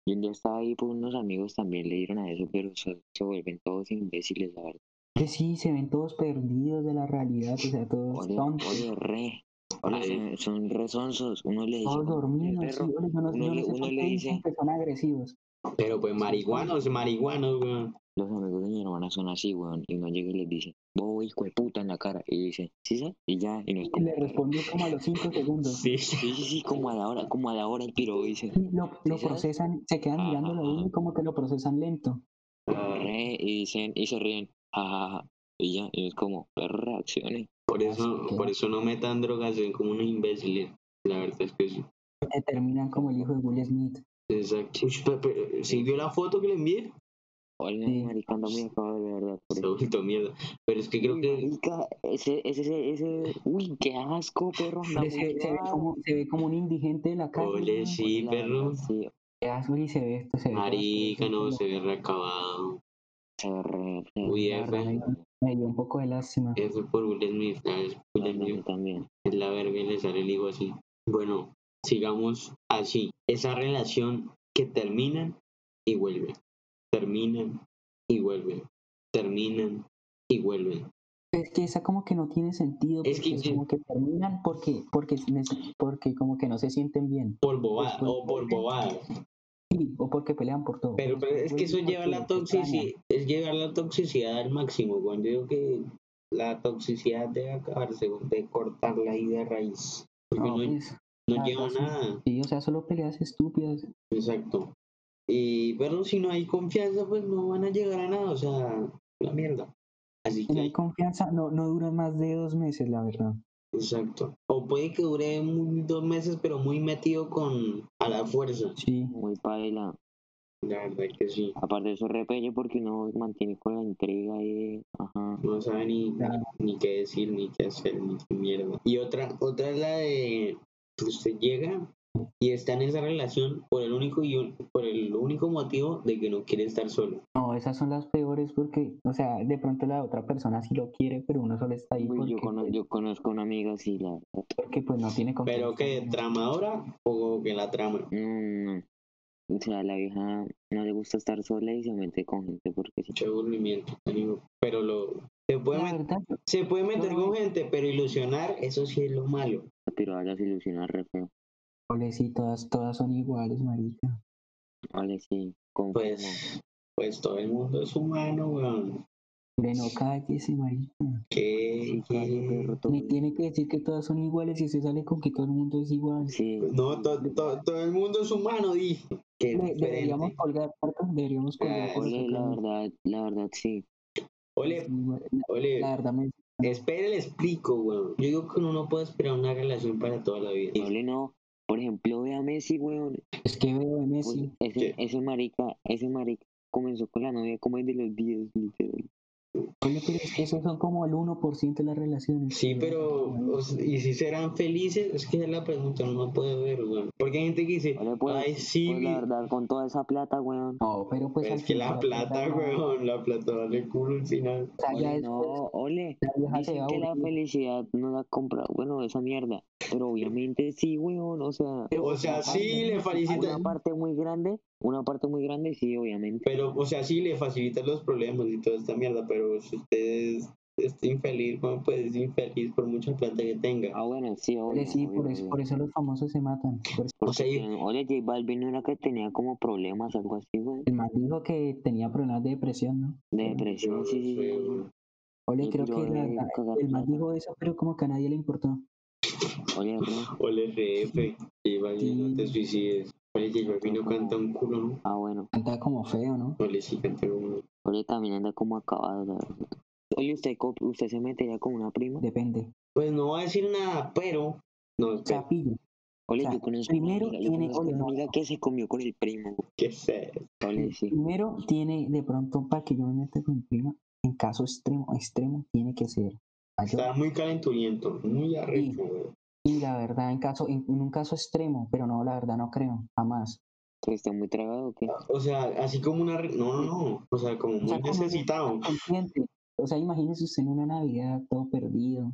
[SPEAKER 3] yo un día estaba ahí por unos amigos también le dieron a eso, pero se, se vuelven todos imbéciles, la verdad.
[SPEAKER 2] Que sí, se ven todos perdidos de la realidad, o sea, todos
[SPEAKER 3] Odio,
[SPEAKER 2] tontos,
[SPEAKER 3] odio, re. Odio,
[SPEAKER 1] Ay.
[SPEAKER 3] son, son rezonsos. Uno le dice
[SPEAKER 2] todos dormidos.
[SPEAKER 3] el perro.
[SPEAKER 2] sí, yo no-
[SPEAKER 3] uno
[SPEAKER 2] yo no
[SPEAKER 3] le-
[SPEAKER 2] sé por
[SPEAKER 3] uno
[SPEAKER 2] qué
[SPEAKER 3] le dice-
[SPEAKER 2] dicen que son agresivos.
[SPEAKER 1] Pero pues marihuanos, marihuanos, weón.
[SPEAKER 3] Los amigos de mi hermana son así, weón. Y uno llega y les dice, vos, hijo de puta, en la cara. Y dice, ¿sí, sí? Y ya, y nos
[SPEAKER 2] Y le respondió como a los cinco segundos.
[SPEAKER 1] Sí.
[SPEAKER 3] Sí, sí, sí, como a la hora, como a la hora el piro dice,
[SPEAKER 2] Y lo, lo
[SPEAKER 3] ¿Sí sabes?
[SPEAKER 2] procesan, se quedan
[SPEAKER 3] Ajá,
[SPEAKER 2] mirándolo a uno y como que lo procesan lento.
[SPEAKER 3] re, eh, y dicen, y se ríen, jajaja. Y ya, y es como, perro, reaccione.
[SPEAKER 1] Por eso,
[SPEAKER 2] Así que-
[SPEAKER 1] por eso no metan drogas, son como unos imbéciles. La verdad es que sí.
[SPEAKER 2] Eh, Terminan como el hijo de Will Smith.
[SPEAKER 1] Exacto. Uy, pe- pe- ¿Sí vio la foto que le envié?
[SPEAKER 3] Hola,
[SPEAKER 2] Sí.
[SPEAKER 3] marica, anda muy acabado, de verdad. por
[SPEAKER 1] Se ha
[SPEAKER 3] eso.
[SPEAKER 1] vuelto mierda. Pero es que creo
[SPEAKER 3] Uy,
[SPEAKER 1] que.
[SPEAKER 3] Marica, ese, ese, ese, ese, uy, qué asco, perro,
[SPEAKER 2] Se,
[SPEAKER 3] anda muy
[SPEAKER 2] se- se ve
[SPEAKER 3] acabado.
[SPEAKER 2] como, se ve como un indigente de la calle.
[SPEAKER 1] Ole,
[SPEAKER 2] ¿no?
[SPEAKER 1] sí,
[SPEAKER 3] La
[SPEAKER 1] perro.
[SPEAKER 3] verdad, Sí,
[SPEAKER 2] Qué asco, y se ve esto, se ve todo
[SPEAKER 1] Marica, no,
[SPEAKER 2] asqueroso,
[SPEAKER 1] se ve reacabado.
[SPEAKER 3] se re, se
[SPEAKER 1] Uy,
[SPEAKER 2] la
[SPEAKER 1] F.
[SPEAKER 2] verdad,
[SPEAKER 1] (laughs)
[SPEAKER 2] me dio- Me dio un poco de lástima.
[SPEAKER 1] F por Will Smith. ah, es
[SPEAKER 3] re,
[SPEAKER 1] Will Smith.
[SPEAKER 3] también, también.
[SPEAKER 1] Es la verga y le sale el higo así. Bueno, sigamos así. Esa relación que terminan y vuelven. Terminan y vuelven. Terminan y vuelven.
[SPEAKER 2] Es que esa como que no tiene sentido.
[SPEAKER 1] Es
[SPEAKER 2] Es
[SPEAKER 1] que
[SPEAKER 2] que es
[SPEAKER 1] yo-
[SPEAKER 2] como que terminan porque, porque, nes- porque como que no se sienten bien.
[SPEAKER 1] Por bobadas
[SPEAKER 2] Pues,
[SPEAKER 1] o por bobadas.
[SPEAKER 2] Sí, o porque pelean por todo.
[SPEAKER 1] Pero, pero es que eso lleva a la toxicidad, es llevar la toxicidad al máximo, cuando yo digo que la toxicidad debe acabarse, weón, de cortarla ahí de raíz. Porque
[SPEAKER 2] No,
[SPEAKER 1] no,
[SPEAKER 2] pues,
[SPEAKER 1] no
[SPEAKER 2] la
[SPEAKER 1] lleva
[SPEAKER 2] verdad, sí.
[SPEAKER 1] nada.
[SPEAKER 2] sí, o sea, solo peleas estúpidas.
[SPEAKER 1] Exacto. Y pero si no hay confianza, pues no van a llegar a nada, o sea, la mierda. Así
[SPEAKER 2] Si no hay
[SPEAKER 1] que,
[SPEAKER 2] confianza, no, no duran más de dos meses, la verdad.
[SPEAKER 1] exacto. O puede que dure muy- dos meses, pero muy metido con a la fuerza.
[SPEAKER 2] Sí.
[SPEAKER 3] Muy paila.
[SPEAKER 1] La verdad que sí.
[SPEAKER 3] Aparte eso repelle porque no mantiene con la intriga y ajá.
[SPEAKER 1] No sabe ni, ni-
[SPEAKER 2] Claro.
[SPEAKER 1] ni qué decir, ni qué hacer, ni qué mierda. Y otra, otra es la de que usted llega y está en esa relación por el único y un- por el único motivo de que no quiere estar solo.
[SPEAKER 2] No, esas son las peores porque, o sea, de pronto la otra persona sí lo quiere, pero uno solo está ahí
[SPEAKER 3] Uy,
[SPEAKER 2] porque,
[SPEAKER 3] yo, cono-
[SPEAKER 2] pues,
[SPEAKER 3] yo conozco una amiga así, la verdad.
[SPEAKER 2] porque, pues, no tiene confianza.
[SPEAKER 1] Pero que tramadora o que la trama.
[SPEAKER 3] No, no. O sea, la vieja no le gusta estar sola y se mete con gente porque sí.
[SPEAKER 1] Mucho aburrimiento, amigo. Pero lo se puede,
[SPEAKER 2] La
[SPEAKER 1] met-
[SPEAKER 2] verdad, yo-
[SPEAKER 1] se puede meter
[SPEAKER 2] yo-
[SPEAKER 1] con gente, pero ilusionar, eso sí es lo malo.
[SPEAKER 3] Pero ahora se ilusiona re feo.
[SPEAKER 2] ole, pues, sí, todas, todas son iguales, marica.
[SPEAKER 3] Vale, sí. confirmo.
[SPEAKER 1] Pues, pues todo el mundo es humano, weón.
[SPEAKER 2] Hombre, no cállese, marica.
[SPEAKER 1] Que,
[SPEAKER 3] Sí, calle, perro, todo
[SPEAKER 2] Ni
[SPEAKER 3] bien.
[SPEAKER 2] tiene que decir que todas son iguales y usted sale con que todo el mundo es igual.
[SPEAKER 3] Sí.
[SPEAKER 1] No, to- to- todo el mundo es humano, dije. Que es
[SPEAKER 2] Le- deberíamos
[SPEAKER 1] diferente.
[SPEAKER 2] colgar, ¿cierto? deberíamos colgar.
[SPEAKER 1] Ah,
[SPEAKER 2] por
[SPEAKER 3] Ole, la
[SPEAKER 2] ejemplo,
[SPEAKER 3] verdad, la verdad sí.
[SPEAKER 1] Ole,
[SPEAKER 2] sí, bueno, La
[SPEAKER 1] ole,
[SPEAKER 2] verdad, me-
[SPEAKER 1] espere, le explico, weón. Yo digo que uno no puede esperar una relación para toda la vida.
[SPEAKER 3] Ole no. Por ejemplo, ve a Messi, weón.
[SPEAKER 2] es que veo de
[SPEAKER 3] Oye,
[SPEAKER 2] Messi.
[SPEAKER 3] ese,
[SPEAKER 1] ¿Qué?
[SPEAKER 3] ese marica, ese marica comenzó con la novia como el de los 10, literal.
[SPEAKER 2] Oye, pero es que esos son como el 1% de las relaciones.
[SPEAKER 1] Sí, pero, o s- ¿y si serán felices? Es que esa es la pregunta, uno no puede ver, weón. Porque hay gente que dice,
[SPEAKER 3] Ole, pues,
[SPEAKER 1] ay, sí,
[SPEAKER 3] pues,
[SPEAKER 1] mi-
[SPEAKER 3] la verdad, con toda esa plata, weón.
[SPEAKER 2] No, pero pues.
[SPEAKER 1] pero
[SPEAKER 2] al
[SPEAKER 1] es que la
[SPEAKER 2] final,
[SPEAKER 1] plata,
[SPEAKER 2] verdad, no.
[SPEAKER 1] weón, la plata vale culo al final.
[SPEAKER 2] O sea, ya
[SPEAKER 3] Ole, no,
[SPEAKER 2] después
[SPEAKER 3] ole.
[SPEAKER 2] la vieja se
[SPEAKER 3] Dicen
[SPEAKER 2] va a
[SPEAKER 3] que la
[SPEAKER 2] aburrir.
[SPEAKER 3] felicidad no la compra, bueno, esa mierda. Pero obviamente sí, weón, o sea,
[SPEAKER 2] Pero,
[SPEAKER 1] O sea, sí, le
[SPEAKER 3] una
[SPEAKER 1] facilita,
[SPEAKER 3] parte muy grande, una parte muy grande, sí, obviamente.
[SPEAKER 1] pero, o sea, sí, le facilita los problemas y toda esta mierda, pero si usted es, es infeliz, weón, pues es infeliz por mucha plata que tenga.
[SPEAKER 3] Ah, bueno, sí, obvio,
[SPEAKER 2] Ole, sí,
[SPEAKER 3] obvio,
[SPEAKER 2] por eso,
[SPEAKER 3] obvio.
[SPEAKER 2] por eso los famosos se matan. Por eso
[SPEAKER 1] O
[SPEAKER 3] Porque
[SPEAKER 1] sea, yo-
[SPEAKER 3] tienen- ole, J Balvin no era que tenía como problemas, algo así, weón.
[SPEAKER 2] el man dijo que tenía problemas de depresión, ¿no?
[SPEAKER 3] De depresión, sí, sí, sí,
[SPEAKER 1] Mm, Yo-
[SPEAKER 3] sí.
[SPEAKER 2] Ole,
[SPEAKER 3] Sí,
[SPEAKER 2] creo
[SPEAKER 3] pero
[SPEAKER 2] que la-
[SPEAKER 3] deben
[SPEAKER 2] la-
[SPEAKER 3] cagar
[SPEAKER 2] el man
[SPEAKER 3] plata.
[SPEAKER 2] dijo eso, pero como que a nadie le importó.
[SPEAKER 3] Ole, re.
[SPEAKER 1] Ole RF, J Balvin, no te suicides. Ole J Balvin no canta un culo, ¿no?
[SPEAKER 3] Ah, bueno.
[SPEAKER 2] Cantaba como feo, ¿no?
[SPEAKER 1] Ole sí canta un
[SPEAKER 3] Oye, también anda como acabado, la verdad. Oye, ¿usted, co- usted se metería con una prima?
[SPEAKER 2] Depende.
[SPEAKER 1] Pues no voy a decir nada, pero. No,
[SPEAKER 2] O sea,
[SPEAKER 1] espera,
[SPEAKER 2] pilla.
[SPEAKER 3] Oye,
[SPEAKER 2] O sea,
[SPEAKER 3] yo conozco una
[SPEAKER 2] primero
[SPEAKER 3] amiga, yo
[SPEAKER 2] tiene-
[SPEAKER 3] conozco
[SPEAKER 2] oye,
[SPEAKER 3] una
[SPEAKER 2] no.
[SPEAKER 3] amiga que se comió con el primo.
[SPEAKER 1] qué sé.
[SPEAKER 3] Oye, sí.
[SPEAKER 2] Primero tiene, de pronto, para que yo me meta con mi prima, en caso extremo, extremo, tiene que ser
[SPEAKER 1] Está
[SPEAKER 2] mayor.
[SPEAKER 1] muy calenturiento, muy arrecho, güey.
[SPEAKER 2] Y la verdad, en caso, en, en un caso extremo, pero no, la verdad no creo, jamás.
[SPEAKER 3] ¿Pero está muy tragado o qué?
[SPEAKER 1] O sea, así como una. re- No, no, no. O sea, como
[SPEAKER 2] O sea,
[SPEAKER 1] muy
[SPEAKER 2] como-
[SPEAKER 1] necesitado.
[SPEAKER 2] consciente. O sea, imagínese usted en una Navidad todo perdido,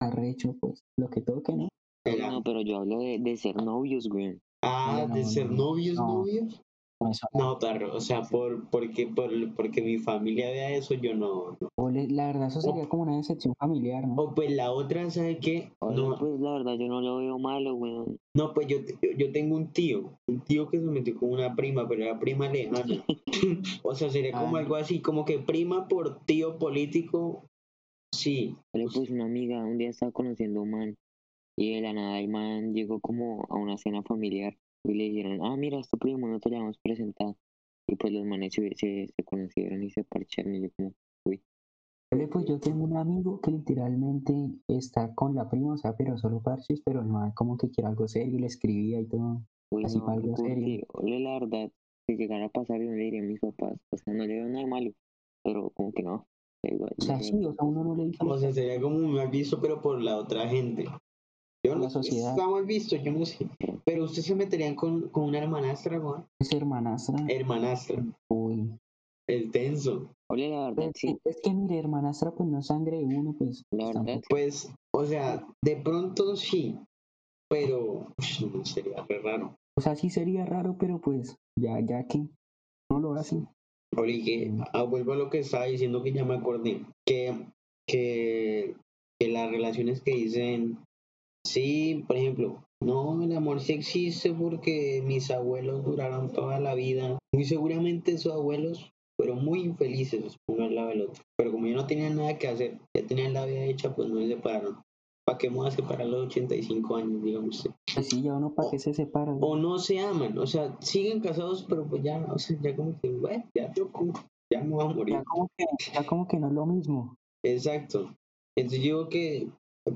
[SPEAKER 2] arrecho, pues, lo que toque, ¿no?
[SPEAKER 1] Era-
[SPEAKER 3] No, pero yo hablo de, de ser novios, güey.
[SPEAKER 1] ah,
[SPEAKER 2] no,
[SPEAKER 1] de
[SPEAKER 2] no,
[SPEAKER 1] ser
[SPEAKER 2] no,
[SPEAKER 1] novios,
[SPEAKER 2] no.
[SPEAKER 1] novios.
[SPEAKER 2] No, eso no.
[SPEAKER 1] No, perro, o sea, por, porque, por, porque mi familia vea eso, yo no. no.
[SPEAKER 2] O le- la verdad, eso sería como una decepción familiar, ¿no?
[SPEAKER 1] O pues la otra, ¿sabe qué?
[SPEAKER 3] Ahora,
[SPEAKER 1] No,
[SPEAKER 3] pues la verdad yo no lo veo malo, güey.
[SPEAKER 1] No, pues yo, te- yo, yo tengo un tío, un tío que se metió con una prima, pero era prima
[SPEAKER 2] (laughs)
[SPEAKER 1] lejana. o sea, sería como
[SPEAKER 2] Ah.
[SPEAKER 1] algo así, como que prima por tío político, sí.
[SPEAKER 3] Pero pues una amiga un día estaba conociendo a un man y de la nada el man llegó como a una cena familiar y le dijeron, ah, mira, es tu primo, no te lo hemos presentado. Y pues los manes se, se, se conocieron y se parcharon y yo como,
[SPEAKER 2] Oye, Pues yo tengo un amigo que literalmente está con la prima, o sea, pero solo parches, pero no es como que quiera algo serio, y le escribía y todo.
[SPEAKER 3] uy,
[SPEAKER 2] Así
[SPEAKER 3] no,
[SPEAKER 2] para algo
[SPEAKER 3] porque,
[SPEAKER 2] serio.
[SPEAKER 3] ole, la verdad, si llegara a pasar yo no le diría a mis papás, o sea, no le veo nada de malo, pero como que no. da igual,
[SPEAKER 2] O sea,
[SPEAKER 3] no sé.
[SPEAKER 2] sí, o sea, uno no le dice
[SPEAKER 1] O sea, sería como un mal visto, pero por la otra gente. Yo
[SPEAKER 2] Por
[SPEAKER 1] no
[SPEAKER 2] la
[SPEAKER 1] sé,
[SPEAKER 2] sociedad.
[SPEAKER 1] Está mal visto, yo no sé. Pero ustedes se meterían con, con una hermanastra, Juan.
[SPEAKER 2] es hermanastra.
[SPEAKER 3] Eh,
[SPEAKER 1] Hermanastra,
[SPEAKER 2] Uy.
[SPEAKER 1] el tenso.
[SPEAKER 3] Ole, la verdad,
[SPEAKER 2] Pues,
[SPEAKER 3] sí,
[SPEAKER 2] Es que mire, hermanastra, pues no es sangre de uno, pues.
[SPEAKER 3] la
[SPEAKER 2] pues,
[SPEAKER 3] verdad,
[SPEAKER 1] Pues, o sea, de pronto sí, pero no, sería re raro.
[SPEAKER 2] O sea, sí sería raro, pero pues ya, ya que no lo hacen.
[SPEAKER 1] Oye, ah, vuelvo a lo que estaba diciendo que ya me acordé, que, que, que las relaciones que dicen, sí, por ejemplo, no, el amor sí existe porque mis abuelos duraron toda la vida. Muy seguramente sus abuelos fueron muy infelices, uno al lado del otro. Pero como ya no tenían nada que hacer, ya tenían la vida hecha, pues no se separaron. ¿Para qué me voy a separar a los 85 años, digamos usted?
[SPEAKER 2] Pues sí, ya uno para qué se separa. güey?
[SPEAKER 1] o no se aman, o sea, siguen casados, pero pues ya, o sea, ya como que, bueno, ya tocó, ya me voy a morir.
[SPEAKER 2] Ya como, que, ya como que no es lo mismo.
[SPEAKER 1] Exacto. Entonces yo digo que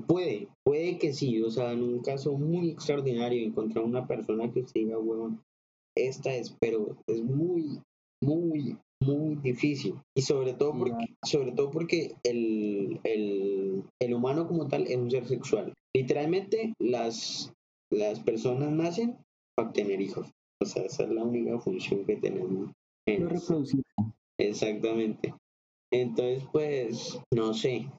[SPEAKER 1] puede, puede que sí, o sea, en un caso muy extraordinario encontrar una persona que usted diga, huevón, esta es, pero es muy, muy, muy difícil. Y sobre todo
[SPEAKER 2] Sí,
[SPEAKER 1] porque, sobre todo porque el, el, el humano como tal es un ser sexual. Literalmente las, las personas nacen para tener hijos. O sea, esa es la única función que tenemos. en
[SPEAKER 2] No
[SPEAKER 1] este-
[SPEAKER 2] reproducir.
[SPEAKER 1] Exactamente. Entonces, pues, no sé,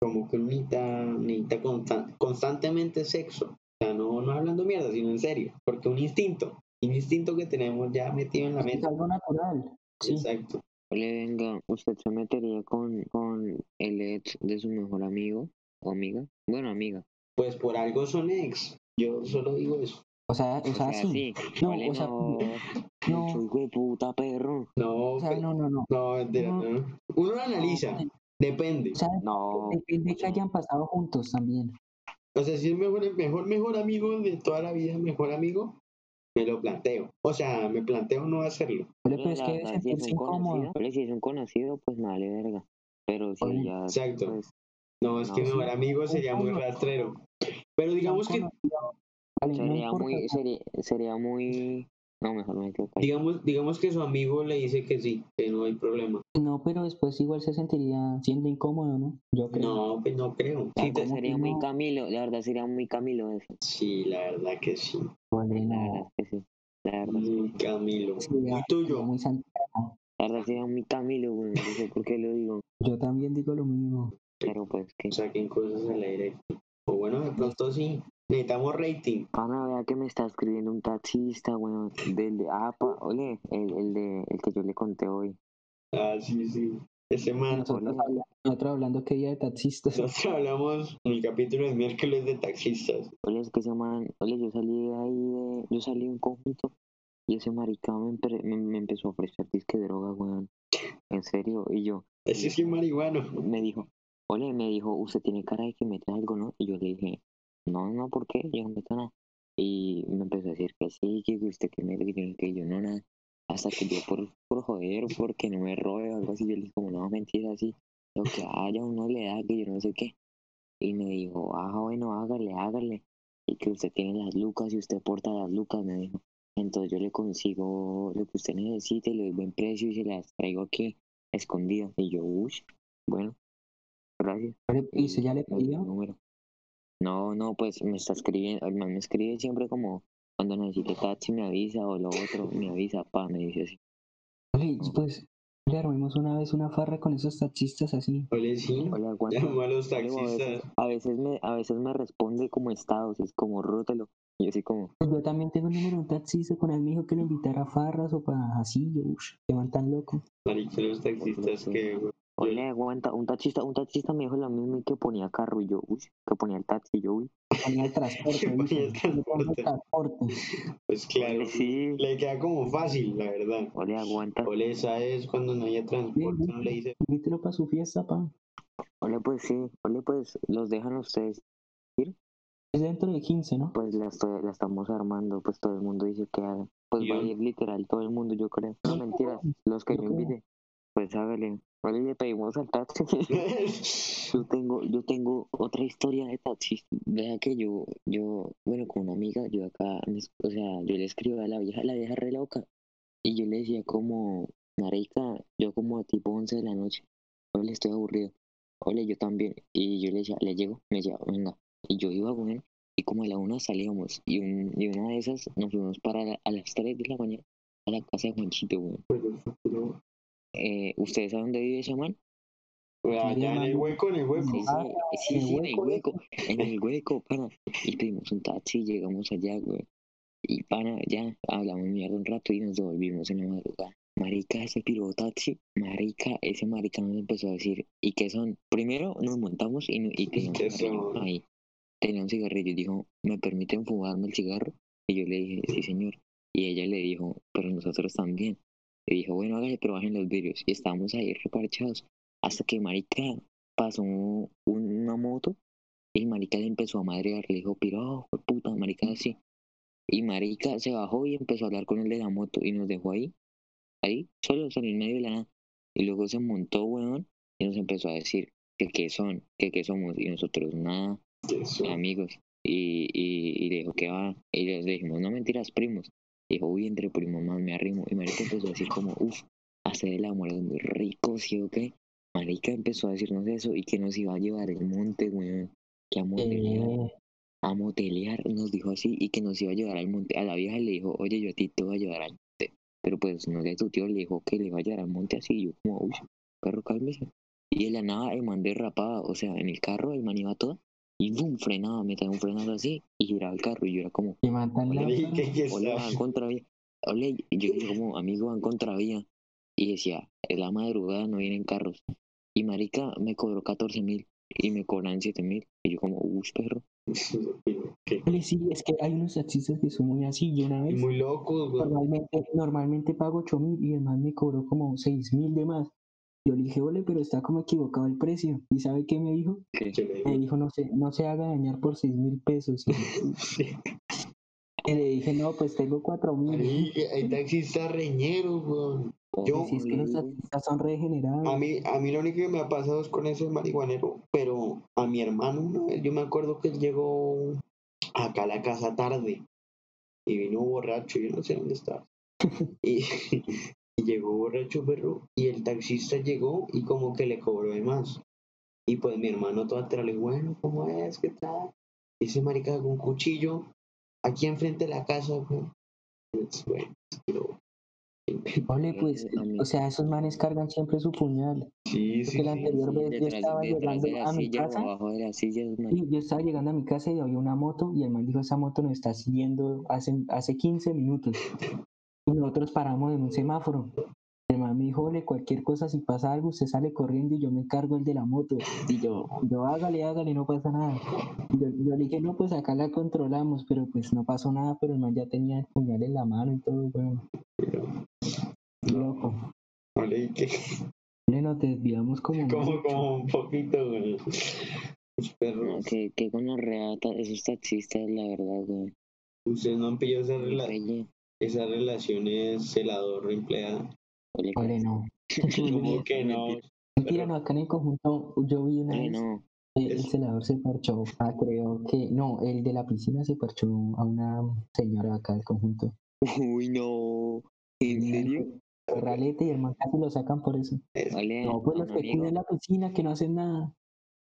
[SPEAKER 1] como que uno necesita, necesita constan- constantemente sexo. O sea, no, no hablando mierda, sino en serio. Porque un instinto, un instinto que tenemos ya metido en la
[SPEAKER 2] Es
[SPEAKER 1] mente.
[SPEAKER 2] algo natural. Sí.
[SPEAKER 1] Exacto.
[SPEAKER 3] ole, venga, ¿usted se metería con, con el ex de su mejor amigo o amiga? Bueno, amiga.
[SPEAKER 1] Pues por algo son ex. Yo solo digo eso.
[SPEAKER 2] O sea, o
[SPEAKER 3] O
[SPEAKER 2] sea,
[SPEAKER 3] sea,
[SPEAKER 2] sí.
[SPEAKER 3] sí.
[SPEAKER 2] No,
[SPEAKER 3] Ole,
[SPEAKER 2] o sea, (laughs)
[SPEAKER 3] no,
[SPEAKER 2] no.
[SPEAKER 3] mucho hijo de puta perro.
[SPEAKER 1] No,
[SPEAKER 2] O sea,
[SPEAKER 1] pues,
[SPEAKER 2] no, no, no.
[SPEAKER 1] no, mentira,
[SPEAKER 2] no.
[SPEAKER 1] no. Uno lo analiza, depende.
[SPEAKER 2] O sea,
[SPEAKER 3] No,
[SPEAKER 2] depende que hayan pasado juntos también.
[SPEAKER 1] O sea, si es mejor, el mejor, mejor amigo de toda la vida, mejor amigo, me lo planteo. O sea, me planteo no hacerlo.
[SPEAKER 2] Pero
[SPEAKER 3] ole,
[SPEAKER 2] pues
[SPEAKER 3] la
[SPEAKER 2] que debe
[SPEAKER 3] verdad, si es
[SPEAKER 2] sentirse
[SPEAKER 3] un conocido,
[SPEAKER 2] incómodo.
[SPEAKER 3] ole, si es un conocido, pues me vale verga. Pero si
[SPEAKER 2] Ole,
[SPEAKER 3] ya,
[SPEAKER 1] exacto.
[SPEAKER 3] pues,
[SPEAKER 1] No, es que
[SPEAKER 3] No, sí.
[SPEAKER 1] mejor amigo sería muy
[SPEAKER 2] Ujú.
[SPEAKER 1] rastrero. Pero digamos que,
[SPEAKER 2] Vale, no
[SPEAKER 3] sería
[SPEAKER 2] importa,
[SPEAKER 3] muy, sería, sería muy, no, mejor me quedo callado.
[SPEAKER 1] digamos, digamos que su amigo le dice que sí, que no hay problema.
[SPEAKER 2] No, pero después igual se sentiría siendo incómodo, ¿no? Yo creo.
[SPEAKER 1] No, pues no creo.
[SPEAKER 3] La
[SPEAKER 1] Sí,
[SPEAKER 3] verdad
[SPEAKER 1] te-
[SPEAKER 3] sería muy
[SPEAKER 2] no.
[SPEAKER 3] Camilo, la verdad sería muy Camilo eso. pues,
[SPEAKER 1] sí, la verdad que sí.
[SPEAKER 2] Vale,
[SPEAKER 3] La
[SPEAKER 2] no. Mm.
[SPEAKER 3] verdad es que sí. La verdad,
[SPEAKER 1] Muy Camilo.
[SPEAKER 2] Sí,
[SPEAKER 1] Muy
[SPEAKER 2] ya,
[SPEAKER 1] tuyo.
[SPEAKER 2] muy san-
[SPEAKER 3] la verdad sería muy Camilo, güey. No sé por qué lo digo,
[SPEAKER 2] Yo también digo lo mismo.
[SPEAKER 3] pero pues que.
[SPEAKER 1] Saquen cosas al aire. O bueno, de pronto sí. Necesitamos rating.
[SPEAKER 3] Pana, vea que me está escribiendo un taxista, weón. Del de APA, ole, el, el de, el que yo le conté hoy.
[SPEAKER 1] Ah, sí, sí. Ese man.
[SPEAKER 2] Nosotros,
[SPEAKER 3] hola.
[SPEAKER 2] habla- nosotros hablando que día de taxistas.
[SPEAKER 1] (laughs) Nosotros hablamos en el capítulo de miércoles de taxistas.
[SPEAKER 3] Oye, es que ese man, oye, yo salí de ahí de, yo salí de un conjunto y ese marica me, empre- me, me empezó a ofrecer disque droga, weón. En serio, y yo,
[SPEAKER 1] Ese Este sí es marihuano.
[SPEAKER 3] me dijo, oye, me dijo, usted tiene cara de que mete algo, ¿no? Y yo le dije, no, no, ¿por qué? Yo no meto nada. Y me empezó a decir que sí, que usted que mete, que yo, no- que yo no nada. Hasta que yo por, por joder, porque no me robe o algo así, yo le dije como, no, mentira, así, lo que haya uno le da, que yo no sé qué. Y me dijo, ah, bueno, hágale, hágale. Y que usted tiene las lucas y usted porta las lucas, me dijo. Entonces yo le consigo lo que usted necesite, le doy buen precio y se las traigo aquí, escondidas. Y yo, uy, bueno, gracias.
[SPEAKER 2] ¿Y se ya le
[SPEAKER 3] me dio el
[SPEAKER 2] pidió?
[SPEAKER 3] número. No, no, pues me está escribiendo, el man me escribe siempre como cuando necesite taxi me avisa o lo otro me avisa, pa, me dice así.
[SPEAKER 2] Oye, pues, Le armemos una vez una farra con esos taxistas así.
[SPEAKER 1] Ole, sí.
[SPEAKER 2] (laughs)
[SPEAKER 3] Oye, aguanta.
[SPEAKER 1] Llama a los
[SPEAKER 3] Luego, a, veces,
[SPEAKER 1] taxistas.
[SPEAKER 3] a veces me, a veces me responde como estados, y es como rótelo. Y yo así como,
[SPEAKER 2] Pues yo también tengo un número de un taxista con él me dijo que lo invitara a farras o para así, yo, ush, que van tan loco.
[SPEAKER 1] Marica, los taxistas que.
[SPEAKER 3] oye, aguanta, un taxista, un taxista me dijo lo mismo y que ponía carro y yo, uy, que ponía el taxi, y yo, uy.
[SPEAKER 2] Ponía
[SPEAKER 1] (laughs)
[SPEAKER 2] el transporte,
[SPEAKER 1] Ponía
[SPEAKER 2] dice,
[SPEAKER 1] el
[SPEAKER 2] yo pongo el
[SPEAKER 1] transporte.
[SPEAKER 2] transporte.
[SPEAKER 1] Pues claro.
[SPEAKER 3] Ole, (laughs) sí,
[SPEAKER 1] Le queda como fácil, la verdad.
[SPEAKER 3] ole, aguanta.
[SPEAKER 1] Ole, esa es cuando no haya transporte, no le dice. (laughs)
[SPEAKER 2] Invítelo para su fiesta, pa.
[SPEAKER 3] Ole, pues sí, ole, pues los dejan ustedes.
[SPEAKER 2] Es dentro de 15, ¿no?
[SPEAKER 3] Pues la, estoy- la estamos armando, pues todo el mundo dice que haga. Pues va a
[SPEAKER 1] Guión.
[SPEAKER 3] ir literal todo el mundo, yo creo. No, mentiras, los que
[SPEAKER 2] Yo
[SPEAKER 3] yo
[SPEAKER 2] creo.
[SPEAKER 3] invite. Pues hágale. Ole, le pedimos al taxi.
[SPEAKER 1] "Pues
[SPEAKER 3] Yo tengo, yo tengo otra historia de taxi. Vea que yo, yo, bueno, con una amiga, yo acá, me es- o sea, yo le escribo a la vieja, la vieja re loca. Y yo le decía como, marica, yo como tipo 11 de la noche, ole, estoy aburrido. Ole, yo también. Y yo le decía, le llego, me decía, venga. Y yo iba con él, y como a la una salíamos. Y, un- y una de esas nos fuimos para la- a las 3 de la mañana a la casa de Juanchito, weón. Eh, ¿ustedes saben dónde vive ese man?
[SPEAKER 1] Allá en el hueco, en el hueco.
[SPEAKER 3] Sí,
[SPEAKER 2] Ah, en
[SPEAKER 3] sí, sí,
[SPEAKER 2] el
[SPEAKER 3] sí, en el
[SPEAKER 2] hueco,
[SPEAKER 3] hueco, en el hueco, pana. Y pedimos un taxi, llegamos allá, güey. Y pana, ya hablamos mierda un rato y nos devolvimos en la madrugada. Marica, ese piro taxi, marica, ese marica nos empezó a decir, ¿y qué son? Primero nos montamos y, no- y tenía un
[SPEAKER 1] qué
[SPEAKER 3] cigarrillo
[SPEAKER 1] son?
[SPEAKER 3] ahí. Tenía un cigarrillo y dijo, ¿me permiten fumarme el cigarro? Y yo le dije, sí, señor. Y ella le dijo, pero nosotros también. Y dijo, bueno, hágale, pero bajen los vidrios. Y estábamos ahí reparchados. Hasta que, marica, pasó un- una moto y marica le empezó a madrear, le dijo, piro, puta, marica así. Y marica se bajó y empezó a hablar con el de la moto y nos dejó ahí, ahí, solos en el medio de la nada. Y luego se montó, weón, y nos empezó a decir que qué son, que qué somos, y nosotros nada,
[SPEAKER 1] Eso.
[SPEAKER 3] amigos. Y, y, y le dijo que va, y les dijimos, no mentiras, primos. Dijo, uy, entre primos más me arrimo. Y marica empezó a decir como, uff, hacer el amor es muy rico, ¿sí o qué? Marica empezó a decirnos eso y que nos iba a llevar el monte, weón. Que a motelear,
[SPEAKER 2] Eh,
[SPEAKER 3] a motelear, nos dijo así, y que nos iba a llevar al monte. A la vieja le dijo, oye, yo a ti te voy a llevar al monte. Pero pues no le tu tío le dijo que le iba a llevar al monte así, y yo como, uy, perro, cálmese. Y de la nada el man derrapaba, o sea, en el carro el man iba todo, y boom, frenaba, metía un frenazo así, y giraba el carro, y yo era como,
[SPEAKER 2] que van tan
[SPEAKER 3] Oye,
[SPEAKER 2] largo.
[SPEAKER 1] ¿Qué, qué (laughs)
[SPEAKER 3] Ole, van contravía. Ole, yo dije como amigo van contravía. Y decía, es la madrugada, no vienen carros. Y marica me cobró 14 mil y me cobran 7 mil. Y yo como, uy, perro.
[SPEAKER 2] Ole, Sí, es que hay unos taxistas que son muy así. Yo una vez
[SPEAKER 1] Muy locos, güey.
[SPEAKER 2] normalmente, normalmente pago 8 mil y el man me cobró como 6 mil de más. Yo le dije, ole, pero está como equivocado el precio. ¿Y sabe qué me dijo?
[SPEAKER 3] ¿Qué?
[SPEAKER 1] Yo le
[SPEAKER 2] Me
[SPEAKER 1] digo,
[SPEAKER 2] dijo, no se, no se haga dañar por 6 mil pesos.
[SPEAKER 1] sí.
[SPEAKER 2] Y le dije, no, pues tengo 4 mil.
[SPEAKER 1] Marica, Hay taxistas reñeros, güey. Yo-
[SPEAKER 2] Si es que los taxistas son regenerados.
[SPEAKER 1] A mí, a mí lo único que me ha pasado es con ese marihuanero, pero a mi hermano una vez, yo me acuerdo que él llegó acá a la casa tarde y vino borracho, yo no sé dónde (laughs) estaba. Y, y llegó borracho, perro, y el taxista llegó y como que le cobró de más. Y pues mi hermano todo atrás le dijo, bueno, ¿cómo es? ¿Qué tal? Y ese marica con un cuchillo aquí enfrente de la casa, güey. Entonces, Bueno, pero-
[SPEAKER 2] Ole, pues,
[SPEAKER 3] A mí-
[SPEAKER 2] o sea, esos manes cargan siempre su puñal.
[SPEAKER 1] sí,
[SPEAKER 2] Porque la anterior
[SPEAKER 3] Sí,
[SPEAKER 2] vez yo
[SPEAKER 3] detrás,
[SPEAKER 2] estaba
[SPEAKER 3] detrás
[SPEAKER 2] llegando
[SPEAKER 3] de la
[SPEAKER 2] a mi
[SPEAKER 3] silla,
[SPEAKER 2] casa.
[SPEAKER 3] abajo de la silla. es una-
[SPEAKER 2] Sí, yo estaba llegando a mi casa y había una moto y el man dijo, esa moto nos está siguiendo hace, hace 15 minutos. Y nosotros paramos en un semáforo. El man me dijo, ole, cualquier cosa, si pasa algo, usted sale corriendo y yo me encargo el de la moto. Y yo, yo hágale, hágale, no pasa nada. Y Yo, yo le dije, no, pues acá la controlamos, pero pues no pasó nada, pero el man ya tenía el puñal en la mano y todo, bueno, loco.
[SPEAKER 1] no le dije.
[SPEAKER 2] Ole, nos
[SPEAKER 1] (laughs)
[SPEAKER 2] desviamos como...
[SPEAKER 1] Como, como un poquito, güey. Los
[SPEAKER 3] No,
[SPEAKER 1] perros.
[SPEAKER 3] que, que con los reata, esos taxistas, la verdad, güey.
[SPEAKER 1] Ustedes no han pillado esa, rela
[SPEAKER 3] Oye,
[SPEAKER 1] esas relaciones celador-empleada.
[SPEAKER 3] ole, pues.
[SPEAKER 2] Ole, no.
[SPEAKER 1] Como que no.
[SPEAKER 2] Mentira, no, acá en el conjunto yo vi una
[SPEAKER 3] Ole,
[SPEAKER 2] vez...
[SPEAKER 3] no. (laughs)
[SPEAKER 2] Eh, El
[SPEAKER 1] Eso.
[SPEAKER 2] celador se parchó, ah, creo que, no, el de la piscina se parchó a una señora acá del conjunto.
[SPEAKER 3] Uy, no. ¿En
[SPEAKER 2] Tenía
[SPEAKER 3] serio?
[SPEAKER 2] el Ralete y el man casi lo sacan por eso.
[SPEAKER 1] Es-
[SPEAKER 3] Ole,
[SPEAKER 2] No, pues
[SPEAKER 3] un
[SPEAKER 2] los que
[SPEAKER 3] amigo.
[SPEAKER 2] cuidan la piscina, que no hacen nada,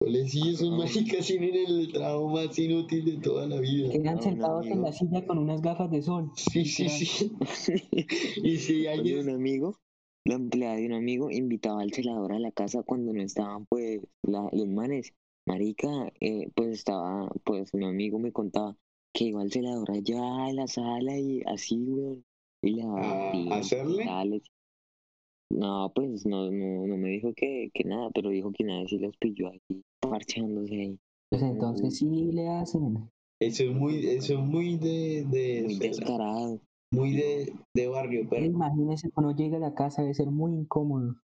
[SPEAKER 1] Ole, sí, esos
[SPEAKER 3] No.
[SPEAKER 1] maricas tienen el trabajo más inútil de toda la vida.
[SPEAKER 2] quedan
[SPEAKER 3] no,
[SPEAKER 2] sentados en
[SPEAKER 3] amigo.
[SPEAKER 2] la silla con unas gafas de sol.
[SPEAKER 1] Sí, sí, sí. Y si
[SPEAKER 3] Oye,
[SPEAKER 1] alguien,
[SPEAKER 3] un amigo la empleada de un amigo invitaba al celador a la casa cuando no estaban pues la- los manes. Marica, eh, pues estaba, pues mi amigo me contaba que iba al celador allá a la sala y así, weón. Y le daba
[SPEAKER 1] ¿A
[SPEAKER 3] tips,
[SPEAKER 1] hacerle?
[SPEAKER 3] tales. No, pues no, no, no me dijo que, que nada, pero dijo que nadie sí los pilló ahí parchándose ahí.
[SPEAKER 2] Pues entonces sí le hacen.
[SPEAKER 1] Eso es muy, eso es muy de, de
[SPEAKER 3] Muy
[SPEAKER 1] suela,
[SPEAKER 3] descarado.
[SPEAKER 1] muy de, de barrio, pero
[SPEAKER 2] Imagínense cuando Pues llega a la casa debe ser muy incómodo.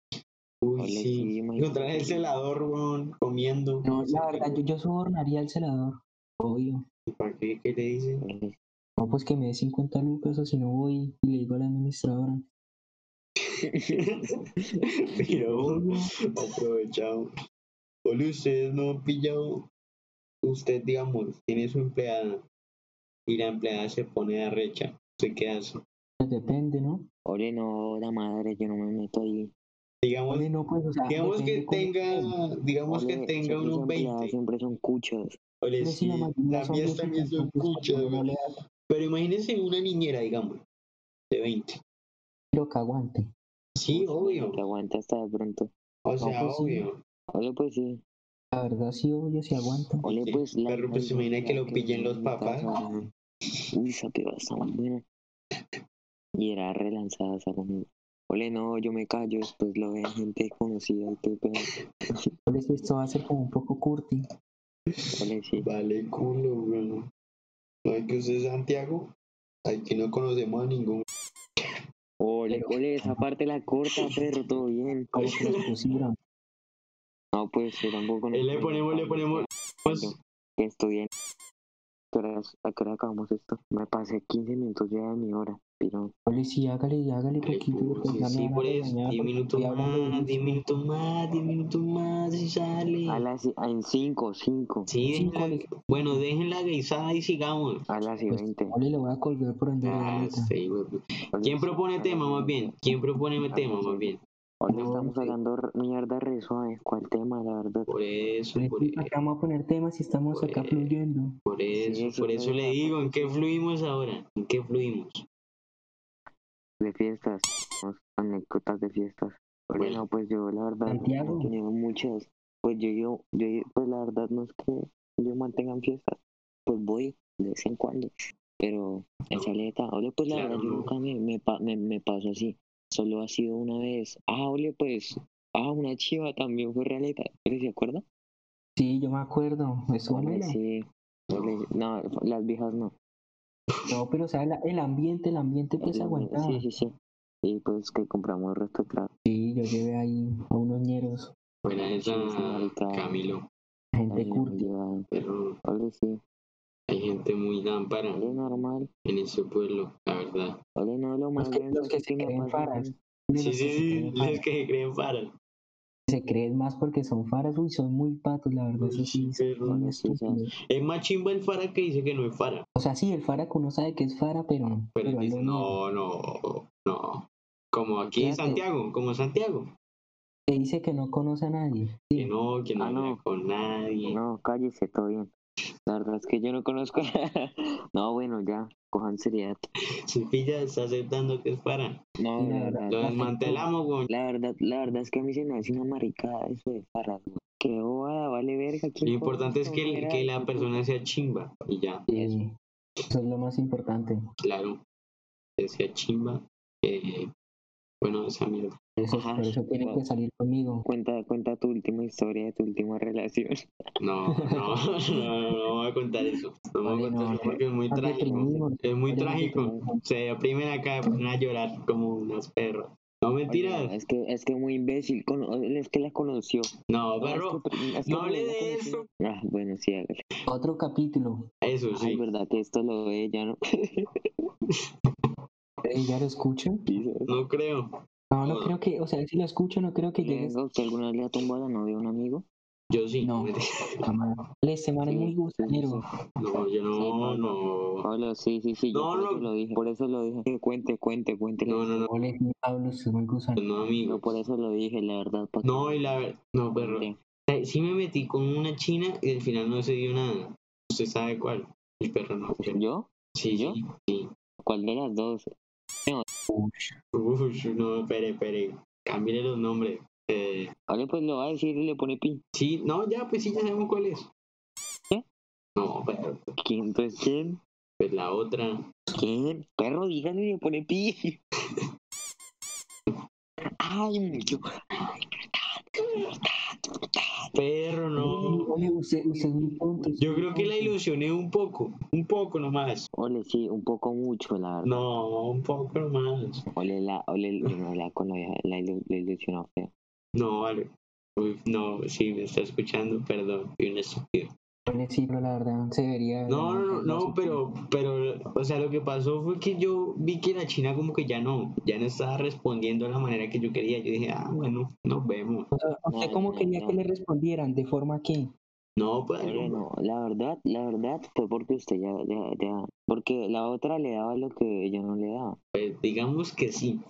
[SPEAKER 1] uy,
[SPEAKER 3] Ole,
[SPEAKER 1] sí.
[SPEAKER 3] sí, imagínate.
[SPEAKER 1] Encontrar el celador, weón, comiendo.
[SPEAKER 2] No, la verdad, yo, yo sobornaría al celador, obvio.
[SPEAKER 1] ¿Para qué? ¿Qué le dicen?
[SPEAKER 3] eh,
[SPEAKER 2] No, pues que me dé 50 lucas o si no voy y le digo a la administradora.
[SPEAKER 1] (laughs) pero aprovechado. Ole, ustedes no han pillado. Usted, digamos, tiene su empleada y la empleada se pone de recha. ¿Usted qué hace?
[SPEAKER 2] Pues depende, ¿no?
[SPEAKER 3] Ole, no, la madre, yo no me meto ahí.
[SPEAKER 1] Digamos,
[SPEAKER 2] Oye, no, pues, o sea,
[SPEAKER 1] digamos que
[SPEAKER 2] depende cómo-
[SPEAKER 1] tenga, digamos que
[SPEAKER 3] Ole,
[SPEAKER 1] tenga
[SPEAKER 3] siempre
[SPEAKER 1] unos
[SPEAKER 3] son peladas,
[SPEAKER 1] 20.
[SPEAKER 3] Siempre son cuchos.
[SPEAKER 1] Ole,
[SPEAKER 2] Pero si
[SPEAKER 1] sí,
[SPEAKER 2] la mayoría
[SPEAKER 1] la
[SPEAKER 2] son
[SPEAKER 1] mía
[SPEAKER 2] viejitas,
[SPEAKER 1] también son
[SPEAKER 2] entonces,
[SPEAKER 1] cuchas,
[SPEAKER 2] pues, no
[SPEAKER 1] weón.
[SPEAKER 2] le da
[SPEAKER 1] Pero imagínense una niñera, digamos, de 20.
[SPEAKER 2] Lo que aguante.
[SPEAKER 1] Sí, obvio.
[SPEAKER 3] Que aguanta hasta de pronto.
[SPEAKER 1] O sea,
[SPEAKER 2] pues sí.
[SPEAKER 1] obvio.
[SPEAKER 3] Ole, pues sí.
[SPEAKER 2] La verdad, sí, obvio, si aguanta.
[SPEAKER 3] Ole,
[SPEAKER 1] Sí,
[SPEAKER 3] pues la.
[SPEAKER 1] pero, pues, se imagina que lo pillen los papás.
[SPEAKER 3] Uy, esa piba está muy buena. Y era relanzada esa comida. Ole, no, yo me callo. Después lo ve gente conocida y todo. pero-
[SPEAKER 2] Pero es que esto va a ser como un poco curti.
[SPEAKER 3] Ole, sí.
[SPEAKER 1] Vale, culo, weón. No es que usted es Santiago. Aquí no conocemos a ningún.
[SPEAKER 3] Ole, ole, esa parte la corta, perro, todo bien.
[SPEAKER 1] (laughs)
[SPEAKER 2] Como que nos pusieron.
[SPEAKER 3] No, pues yo tampoco.
[SPEAKER 1] Eh, Le ponemos, le ponemos.
[SPEAKER 3] Yo, que estudié. ¿A qué hora- a qué hora acabamos esto? Me pasé 15 minutos ya de mi hora, pero
[SPEAKER 2] Oye, sí, hágale, hágale
[SPEAKER 1] Dale,
[SPEAKER 2] poquito.
[SPEAKER 1] culo,
[SPEAKER 2] porque
[SPEAKER 1] sí,
[SPEAKER 2] ya me
[SPEAKER 1] sí,
[SPEAKER 2] van a
[SPEAKER 1] por eso.
[SPEAKER 2] regañar
[SPEAKER 1] 10
[SPEAKER 2] porque
[SPEAKER 1] minutos
[SPEAKER 2] estoy hablando de
[SPEAKER 1] más, 10
[SPEAKER 2] música.
[SPEAKER 1] minutos más, 10 minutos más y sale.
[SPEAKER 3] a las en 5, 5,
[SPEAKER 1] Sí,
[SPEAKER 2] Cinco,
[SPEAKER 1] déjenla-
[SPEAKER 2] Alex.
[SPEAKER 1] bueno, dejen la guisada y sigamos.
[SPEAKER 3] a las y
[SPEAKER 2] Pues,
[SPEAKER 3] 20.
[SPEAKER 2] Ole, lo voy a colgar por andar de
[SPEAKER 1] Ah,
[SPEAKER 2] maleta.
[SPEAKER 1] sí, weón. ¿Quién propone tema más bien? ¿Quién propone tema más bien?
[SPEAKER 3] Ahora estamos hablando r- mierda re suave. ¿Cuál tema, la verdad?
[SPEAKER 1] Por eso,
[SPEAKER 2] Oye,
[SPEAKER 1] por
[SPEAKER 2] Pues, sí,
[SPEAKER 1] eso.
[SPEAKER 2] acá vamos a poner temas y estamos acá
[SPEAKER 1] Pues-
[SPEAKER 2] fluyendo.
[SPEAKER 1] Por eso,
[SPEAKER 3] eso
[SPEAKER 1] por
[SPEAKER 3] no
[SPEAKER 1] eso
[SPEAKER 3] es
[SPEAKER 1] le
[SPEAKER 3] la
[SPEAKER 1] digo, ¿en qué fluimos ahora? ¿En qué fluimos?
[SPEAKER 3] De fiestas, ¿no? anécdotas de fiestas. Oye,
[SPEAKER 1] Bueno.
[SPEAKER 3] no, pues yo la verdad
[SPEAKER 2] Santiago.
[SPEAKER 3] he tenido muchas. Pues yo, yo, yo, pues la verdad no es que yo mantengan fiestas. Pues voy de vez en cuando. Pero en
[SPEAKER 1] No.
[SPEAKER 3] saleta, ole, pues la
[SPEAKER 1] Claro,
[SPEAKER 3] verdad yo
[SPEAKER 1] no.
[SPEAKER 3] nunca me, me, pa- me, me paso así. Solo ha sido una vez. Ah, ole, pues. Ah, una chiva también fue realeta. ¿Ole, ¿Se acuerda?
[SPEAKER 2] Sí, yo me acuerdo. Eso
[SPEAKER 3] Ole,
[SPEAKER 2] bueno.
[SPEAKER 3] sí. Ole, no, las viejas no.
[SPEAKER 2] No, pero o sea, la- el ambiente, el ambiente pues
[SPEAKER 3] Las-
[SPEAKER 2] aguantaba.
[SPEAKER 3] Sí, sí, sí. Y pues que compramos el resto de trago.
[SPEAKER 2] Sí, yo llevé ahí a unos ñeros,
[SPEAKER 1] Buena esa,
[SPEAKER 3] Sí, señorita.
[SPEAKER 1] Camilo.
[SPEAKER 2] gente
[SPEAKER 3] También
[SPEAKER 2] curti.
[SPEAKER 3] llevaba-
[SPEAKER 1] Pero
[SPEAKER 3] Ole, sí.
[SPEAKER 1] hay gente muy lámpara
[SPEAKER 3] Ole, normal.
[SPEAKER 1] en ese pueblo, la verdad.
[SPEAKER 3] Ole, no, lo más
[SPEAKER 2] que-
[SPEAKER 3] denso
[SPEAKER 2] los que
[SPEAKER 3] es
[SPEAKER 2] se
[SPEAKER 3] me
[SPEAKER 2] creen
[SPEAKER 3] pasó
[SPEAKER 2] faras.
[SPEAKER 3] con-
[SPEAKER 2] De
[SPEAKER 1] Sí,
[SPEAKER 2] los
[SPEAKER 1] sí,
[SPEAKER 2] que se
[SPEAKER 1] sí,
[SPEAKER 2] creen
[SPEAKER 1] los
[SPEAKER 2] faras.
[SPEAKER 1] que se creen para.
[SPEAKER 2] Se creen más porque son faras, uy, son muy patos, la verdad, eso
[SPEAKER 1] Sí,
[SPEAKER 2] sí,
[SPEAKER 1] pero-
[SPEAKER 2] son
[SPEAKER 3] Ole, sí,
[SPEAKER 2] estúpidos.
[SPEAKER 1] Es más chimba el fara que dice que no es fara.
[SPEAKER 2] O sea, sí, el fara que uno sabe que es fara, pero,
[SPEAKER 1] Pero
[SPEAKER 2] pero
[SPEAKER 1] él
[SPEAKER 2] él
[SPEAKER 1] dice,
[SPEAKER 2] lo niega.
[SPEAKER 1] no, no, no. Como aquí en
[SPEAKER 3] Fíjate.
[SPEAKER 1] Santiago, como Santiago.
[SPEAKER 2] Que dice que no conoce a nadie.
[SPEAKER 1] Que no, que no
[SPEAKER 3] Ah,
[SPEAKER 1] habla
[SPEAKER 3] no.
[SPEAKER 1] con nadie.
[SPEAKER 3] No, cállese, todo bien. La verdad es que yo no conozco. (laughs) no, bueno, ya, cojan seriedad.
[SPEAKER 1] Si pilla, está aceptando que es fara.
[SPEAKER 3] No,
[SPEAKER 2] Sí, la
[SPEAKER 3] la
[SPEAKER 2] verdad.
[SPEAKER 3] verdad.
[SPEAKER 1] Lo
[SPEAKER 2] Aceptó.
[SPEAKER 1] desmantelamos, weón.
[SPEAKER 3] La verdad, la verdad es que a mí se me hace una maricada eso de farras, güey. Qué bobada, vale verga. ¿quién
[SPEAKER 1] Lo importante es
[SPEAKER 3] conoce
[SPEAKER 1] que, el-
[SPEAKER 3] fuera
[SPEAKER 1] que
[SPEAKER 3] de
[SPEAKER 1] la
[SPEAKER 3] su-
[SPEAKER 1] persona sea chimba y ya.
[SPEAKER 2] Sí, eso es lo más importante.
[SPEAKER 1] Claro, que sea chimba. eh, bueno, esa mierda.
[SPEAKER 2] Eso,
[SPEAKER 3] Ajá,
[SPEAKER 2] por eso tienen
[SPEAKER 3] wow.
[SPEAKER 2] que salir conmigo.
[SPEAKER 3] Cuenta, cuenta tu última historia de tu última (laughs) relación.
[SPEAKER 1] No, no, (laughs) no, no, no voy a contar eso. No voy a
[SPEAKER 2] Vale,
[SPEAKER 1] contar
[SPEAKER 2] no,
[SPEAKER 1] eso porque es muy
[SPEAKER 2] nos
[SPEAKER 1] trágico.
[SPEAKER 2] deprimimos,
[SPEAKER 1] Es muy
[SPEAKER 2] oye, nos
[SPEAKER 1] trágico.
[SPEAKER 2] deprimimos.
[SPEAKER 1] Se deprimen acá, se ponen a llorar como unas perras. No
[SPEAKER 3] Oye,
[SPEAKER 1] mentiras.
[SPEAKER 3] es que es que muy imbécil. cono- es que la conoció.
[SPEAKER 1] No,
[SPEAKER 3] No,
[SPEAKER 1] Oh,
[SPEAKER 3] es
[SPEAKER 1] perro.
[SPEAKER 3] que- es que
[SPEAKER 1] no hable
[SPEAKER 3] primero la
[SPEAKER 1] de
[SPEAKER 3] conoció. Ah, bueno, sí, hágale.
[SPEAKER 2] Otro capítulo,
[SPEAKER 1] Eso
[SPEAKER 3] Ay,
[SPEAKER 1] Pues sí.
[SPEAKER 3] verdad que esto lo ve ya, ¿no? (laughs)
[SPEAKER 2] ¿eh, ¿ya lo escucho?
[SPEAKER 1] No creo.
[SPEAKER 2] No, no creo que, o sea, si lo escucho, no creo que llegues.
[SPEAKER 3] Venga, ¿usted alguna vez le ha tumbado a la novia a un amigo?
[SPEAKER 1] Yo sí.
[SPEAKER 2] No. Jamás. Este man es
[SPEAKER 3] Sí,
[SPEAKER 2] muy
[SPEAKER 3] sí,
[SPEAKER 2] gusanero.
[SPEAKER 1] (laughs) No, yo
[SPEAKER 3] Sí,
[SPEAKER 1] no,
[SPEAKER 3] Pablo.
[SPEAKER 1] no.
[SPEAKER 3] Hola, sí, sí, sí, yo
[SPEAKER 1] No,
[SPEAKER 3] por eso
[SPEAKER 1] no.
[SPEAKER 3] lo dije, por eso lo dije. (laughs) Que Cuente, cuente, cuente.
[SPEAKER 1] No, no, no.
[SPEAKER 2] Ole, sí, Pablo, es muy gusanero.
[SPEAKER 1] No,
[SPEAKER 3] Yo
[SPEAKER 1] amigo.
[SPEAKER 3] por eso lo dije, la verdad. pa' que-
[SPEAKER 1] No, y la verdad. No, perro.
[SPEAKER 3] Cuente.
[SPEAKER 1] Eh, Sí me metí con una china y al final no se dio nada. Usted sabe cuál. El perro no fue.
[SPEAKER 3] ¿Yo?
[SPEAKER 1] Sí,
[SPEAKER 3] ¿Yo?
[SPEAKER 1] sí. sí.
[SPEAKER 3] ¿Cuál de las dos?
[SPEAKER 2] Ush.
[SPEAKER 1] Uy, no, espere, espere. Cámbiale los nombres. Eh,
[SPEAKER 3] Alguien pues lo va a decir y le pone pi.
[SPEAKER 1] sí, no, ya, pues sí, ya sabemos cuál es.
[SPEAKER 3] ¿Qué?
[SPEAKER 1] No, pero
[SPEAKER 3] ¿Quién? Entonces, ¿quién?
[SPEAKER 1] pues la otra.
[SPEAKER 3] ¿Quién? Perro, díganle y le pone pi. (laughs) Ay, yo.
[SPEAKER 1] Perro, no.
[SPEAKER 2] Ole, usted, usted es muy tonto.
[SPEAKER 1] Yo creo que la ilusioné un poco, un poco nomás.
[SPEAKER 3] Ole, sí, un poco mucho, la verdad.
[SPEAKER 1] No, un poco nomás.
[SPEAKER 3] Ole, la, ole, no, la, con la, la, ilu- la ilusionó feo.
[SPEAKER 1] No, vale. Uy, no, sí, me está escuchando, perdón, fui un estúpido.
[SPEAKER 2] Ole, sí, pero la verdad, se debería.
[SPEAKER 1] No, no, no, no, pero, pero, o sea, lo que pasó fue que yo vi que la China como que ya no, ya no estaba respondiendo de la manera que yo quería. Yo dije, ah, bueno, nos vemos.
[SPEAKER 2] O sea, ¿a ¿Usted
[SPEAKER 3] No,
[SPEAKER 2] cómo
[SPEAKER 3] no,
[SPEAKER 2] quería
[SPEAKER 3] no.
[SPEAKER 2] que le respondieran? ¿De forma que
[SPEAKER 1] No, pues,
[SPEAKER 3] Oye, no, la verdad, la verdad fue porque usted ya, ya, ya, porque la otra le daba lo que ella no le daba.
[SPEAKER 1] pues, digamos que sí.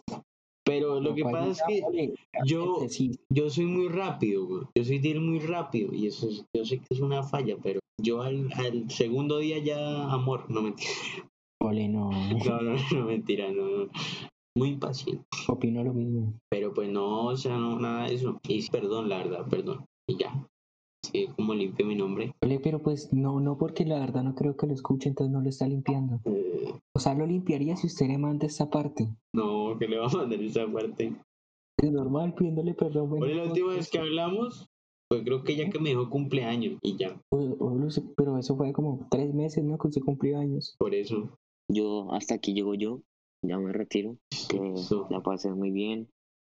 [SPEAKER 1] Pero pues, lo que pasa es que yo-
[SPEAKER 2] Sí,
[SPEAKER 1] yo soy muy rápido, güey. yo soy de ir muy rápido y eso es- yo sé que es una falla, pero yo al, al segundo día ya, amor, no mentira, (laughs)
[SPEAKER 2] ole, no. (laughs)
[SPEAKER 1] no, no, no, mentira, no, no. Muy impaciente.
[SPEAKER 2] Opino lo mismo.
[SPEAKER 1] Pero pues no, o sea, no, nada de eso. Y sí, perdón, la verdad, perdón. Y ya. Sí, como limpio mi nombre.
[SPEAKER 2] Ole, pero pues no, no, porque la verdad no creo que lo escuche, entonces no lo está limpiando.
[SPEAKER 1] Eh,
[SPEAKER 2] O sea, lo limpiaría si usted le manda esta parte.
[SPEAKER 1] No, que le va a mandar esa parte.
[SPEAKER 2] Es normal pidiéndole perdón. bueno, pues,
[SPEAKER 1] Por la última vez que hablamos, pues creo que ya que me dejó cumpleaños y ya,
[SPEAKER 2] o- o lo sé, pero eso fue como tres meses, ¿no? Que usted cumplió años.
[SPEAKER 1] por eso.
[SPEAKER 3] Yo, hasta aquí llego yo, ya me retiro, que
[SPEAKER 1] Eso.
[SPEAKER 3] la pasé muy bien,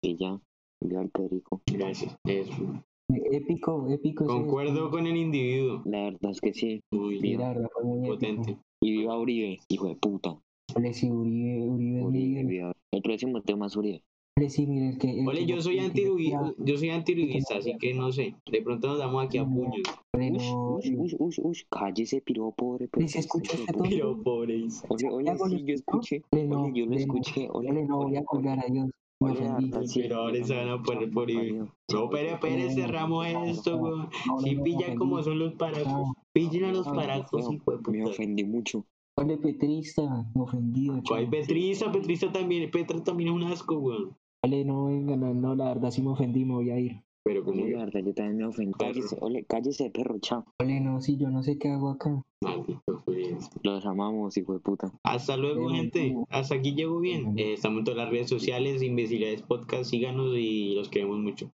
[SPEAKER 3] y ya, vio al perico.
[SPEAKER 1] Gracias. Eso.
[SPEAKER 2] Épico, épico. ese
[SPEAKER 1] Concuerdo con el individuo.
[SPEAKER 3] La verdad es que sí,
[SPEAKER 1] Muy
[SPEAKER 2] Sí,
[SPEAKER 1] bien.
[SPEAKER 2] la verdad fue muy
[SPEAKER 1] Potente.
[SPEAKER 2] épico.
[SPEAKER 3] y viva Uribe, hijo de puta,
[SPEAKER 2] Ole, sí, Uribe, Uribe,
[SPEAKER 3] Uribe,
[SPEAKER 2] Uribe.
[SPEAKER 3] viva. El próximo tema es Uribe.
[SPEAKER 2] Ole, sí, mire, el que... el
[SPEAKER 1] Ole,
[SPEAKER 2] que
[SPEAKER 1] yo soy
[SPEAKER 2] el que
[SPEAKER 1] antiruguista,
[SPEAKER 2] ya-
[SPEAKER 1] yo soy antiruguista, así que no sé. De pronto nos damos aquí a puños.
[SPEAKER 2] (laughs) Ole,
[SPEAKER 3] Ush,
[SPEAKER 2] no,
[SPEAKER 3] ush, ush, ush, ush, cállese, piro, pobre,
[SPEAKER 2] Ole, ¿se
[SPEAKER 3] pendejo,
[SPEAKER 2] escucha
[SPEAKER 3] hijo de
[SPEAKER 2] este
[SPEAKER 3] puta.
[SPEAKER 2] tono?
[SPEAKER 1] Pero pobres.
[SPEAKER 3] Oye, oye,
[SPEAKER 2] Santiago, ¿lo
[SPEAKER 3] sí, yo escuché,
[SPEAKER 2] Ole, no,
[SPEAKER 3] oye, yo lo
[SPEAKER 2] ole, no.
[SPEAKER 3] escuché, ole,
[SPEAKER 2] Ole, no, voy a colgar, adiós. Me
[SPEAKER 3] ole, la
[SPEAKER 2] ofendí.
[SPEAKER 3] verdad, sí,
[SPEAKER 1] Pero ahora
[SPEAKER 3] yo
[SPEAKER 1] se van
[SPEAKER 3] también,
[SPEAKER 1] a poner por
[SPEAKER 3] chao,
[SPEAKER 1] Uribe.
[SPEAKER 3] adiós.
[SPEAKER 1] No, pero espere, cerramos esto, weón.
[SPEAKER 2] No, no, Ah,
[SPEAKER 1] Si
[SPEAKER 2] no,
[SPEAKER 1] pilla
[SPEAKER 2] no,
[SPEAKER 1] como
[SPEAKER 2] no.
[SPEAKER 1] son los paracos.
[SPEAKER 2] Chao.
[SPEAKER 1] Pillen a los
[SPEAKER 2] Ay,
[SPEAKER 1] paracos,
[SPEAKER 3] feo.
[SPEAKER 1] hijo de
[SPEAKER 3] Me
[SPEAKER 1] puta.
[SPEAKER 3] ofendí mucho.
[SPEAKER 2] Ole, petrista, me ofendido. chao.
[SPEAKER 1] Ay, Petrisa, Petrisa también, Petra también es un asco, weón.
[SPEAKER 2] Ole, no, venga, no, no, la verdad sí me ofendí, me voy a ir.
[SPEAKER 1] Pero como
[SPEAKER 3] Oye,
[SPEAKER 1] que,
[SPEAKER 3] la verdad, yo también me ofendí.
[SPEAKER 1] Perro.
[SPEAKER 3] Cállese, ole, cállese, perro, chao.
[SPEAKER 2] Ole, no, sí, yo no sé qué hago acá.
[SPEAKER 1] maldito Uribe.
[SPEAKER 3] Los amamos, hijo de puta.
[SPEAKER 1] Hasta luego,
[SPEAKER 2] Bueno,
[SPEAKER 1] gente.
[SPEAKER 2] bueno.
[SPEAKER 1] Hasta aquí llego bien.
[SPEAKER 2] Bueno.
[SPEAKER 1] Eh, estamos en todas las redes sociales, Imbecilidades Podcast, síganos y los queremos mucho.